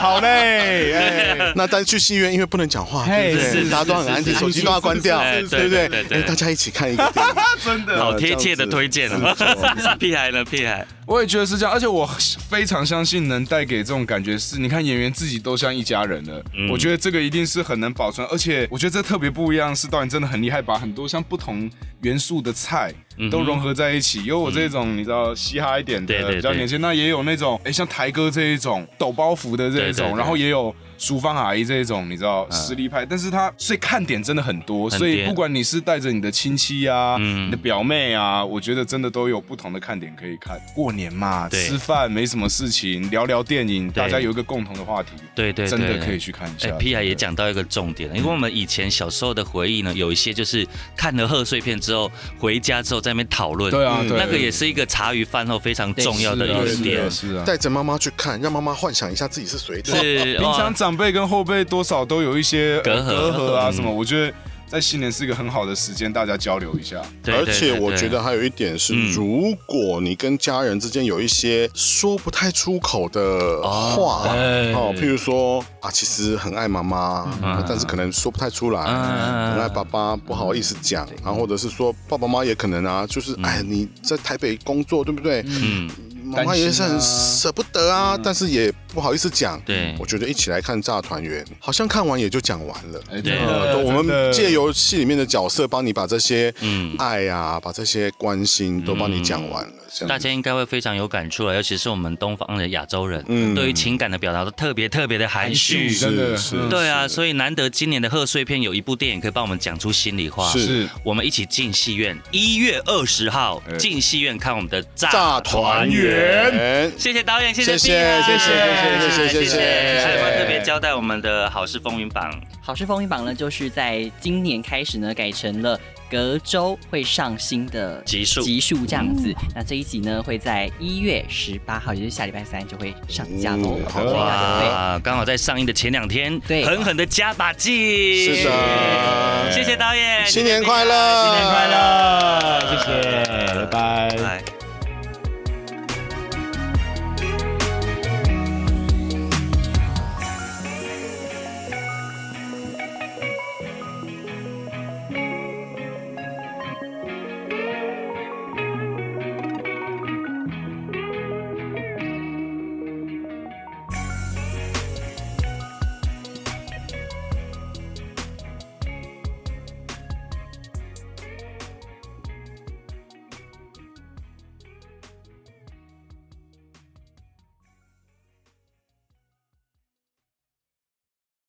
Speaker 5: 好嘞，哎
Speaker 4: 那但是去戏院因为不能讲话，对不
Speaker 5: 嘿
Speaker 1: 是
Speaker 4: 对？
Speaker 1: 是
Speaker 4: 大家都很
Speaker 1: 是
Speaker 4: 安静，
Speaker 1: 是
Speaker 4: 手机都要关掉，
Speaker 1: 是是
Speaker 4: 对不
Speaker 1: 对
Speaker 4: 对
Speaker 1: 对对
Speaker 4: 哎大家一起看一个电影。
Speaker 5: 真的
Speaker 1: 好贴切的推荐了
Speaker 4: 这样 子。
Speaker 1: 屁孩呢？屁孩，
Speaker 5: 我也觉得是这样，而且我非常相信能带给这种感觉是，你看演员自己都像一家人了。
Speaker 1: 嗯
Speaker 5: 我觉得这个一定是很能保存，而且我觉得这特别不一样，是导演真的很厉害，把很多像不同元素的菜
Speaker 1: 嗯哼
Speaker 5: 都融合在一起。有我这种你知道嘻哈一点
Speaker 1: 对对
Speaker 5: 的，
Speaker 1: 对
Speaker 5: 比较年轻，那也有那种哎像台哥这一种抖包袱的这
Speaker 1: 对对对
Speaker 5: 一
Speaker 1: 嗯
Speaker 5: 种，然后也有淑芳阿姨这一种，你知道实力派，但是他所以看点真的很多，
Speaker 1: 很
Speaker 5: 所以
Speaker 1: 颠
Speaker 5: 不管你是带着你的亲戚啊，
Speaker 1: 嗯
Speaker 5: 你的表妹啊，我觉得真的都有不同的看点可以看。过年嘛，
Speaker 1: 对
Speaker 5: 吃饭没什么事情，聊聊电影，
Speaker 1: 对
Speaker 5: 大家有一个共同的话题，
Speaker 1: 对对对，
Speaker 5: 真的可以
Speaker 1: 对
Speaker 5: 去看一
Speaker 1: 哎
Speaker 5: 下。
Speaker 1: ，P I 也讲到一个重点了，因为我们以前小时候的回忆呢，有一些就是看了贺岁片之后，回家之后在那边讨论，
Speaker 5: 对啊，
Speaker 4: 嗯
Speaker 5: 对
Speaker 1: 那个也是一个茶余饭后非常重要的
Speaker 5: 是啊
Speaker 1: 一
Speaker 5: 是
Speaker 1: 点
Speaker 5: 啊，。是啊。
Speaker 4: 带着妈妈去看，让妈妈幻想一下自己是哦谁的。
Speaker 1: 是
Speaker 5: 平常
Speaker 1: 哇
Speaker 5: 长辈跟后辈多少都有一些呃
Speaker 1: 隔阂
Speaker 5: 隔阂啊
Speaker 1: 嗯
Speaker 5: 什么，我觉得在新年是一个很好的时间，大家交流一下。
Speaker 1: 对
Speaker 4: 而
Speaker 1: 对
Speaker 4: 且
Speaker 1: 对
Speaker 4: 我
Speaker 1: 对
Speaker 4: 觉得还有一点是，
Speaker 1: 嗯
Speaker 4: 如果你跟家人之间有一些说不太出口的话，
Speaker 1: 哎
Speaker 4: 哦，譬如说啊，其实很爱妈妈，啊
Speaker 1: 嗯
Speaker 4: 但是可能说不太出来，
Speaker 1: 嗯
Speaker 4: 很爱爸爸，不好意思讲，然后或者是说爸爸妈妈也可能啊，就是哎，你在台北工作对不对？
Speaker 1: 嗯，
Speaker 4: 妈妈也是很
Speaker 5: 担心啊
Speaker 4: 舍不得啊，但是也不好意思讲。
Speaker 1: 对
Speaker 4: 我觉得一起来看《炸团圆》，好像看完也就讲完了。
Speaker 5: 哎
Speaker 1: 对
Speaker 5: 真
Speaker 4: 呃，
Speaker 5: 的
Speaker 4: 都我
Speaker 5: 真的
Speaker 4: 们借由戏里面的角色，帮你把这些
Speaker 1: 嗯
Speaker 4: 爱啊，把这些关心都帮你讲完了，这
Speaker 1: 大
Speaker 4: 样子。
Speaker 1: 家应该会非常有感触啊了，尤其是我们东方的亚洲人，
Speaker 4: 嗯
Speaker 1: 对于情感的表达都特别特别的含蓄。
Speaker 5: 是真的
Speaker 4: 是
Speaker 5: 嗯
Speaker 1: 对啊，所以难得今年的贺岁片有一部电影可以帮我们讲出心里话，
Speaker 4: 是
Speaker 5: 是
Speaker 1: 我们一起进戏院，一月二十号
Speaker 5: 哎
Speaker 1: 进戏院看我们的《
Speaker 4: 炸
Speaker 1: 炸
Speaker 4: 团
Speaker 1: 团圆》。
Speaker 4: 圆，
Speaker 1: 谢谢导演，谢谢
Speaker 4: 谢谢
Speaker 1: Pia
Speaker 4: 谢谢谢谢谢谢谢谢谢
Speaker 1: 还有没有特别交代我们的好事风云榜？
Speaker 2: 好事风云榜呢，就是在今年开始呢，改成了隔周会上新的
Speaker 1: 集数
Speaker 2: 集数这样子。那这一集呢，会在一月十八号，也就是下礼拜三就会上架喽。
Speaker 4: 嗯
Speaker 2: 好
Speaker 4: 好
Speaker 2: 所以大家可以
Speaker 1: 哇，刚好在上映的前两天，
Speaker 2: 对
Speaker 1: 狠狠的加把劲。
Speaker 4: 是的
Speaker 1: 谢谢导演，
Speaker 4: 新年快乐
Speaker 1: 新年快乐，哎
Speaker 6: 谢谢，拜拜。
Speaker 1: 拜。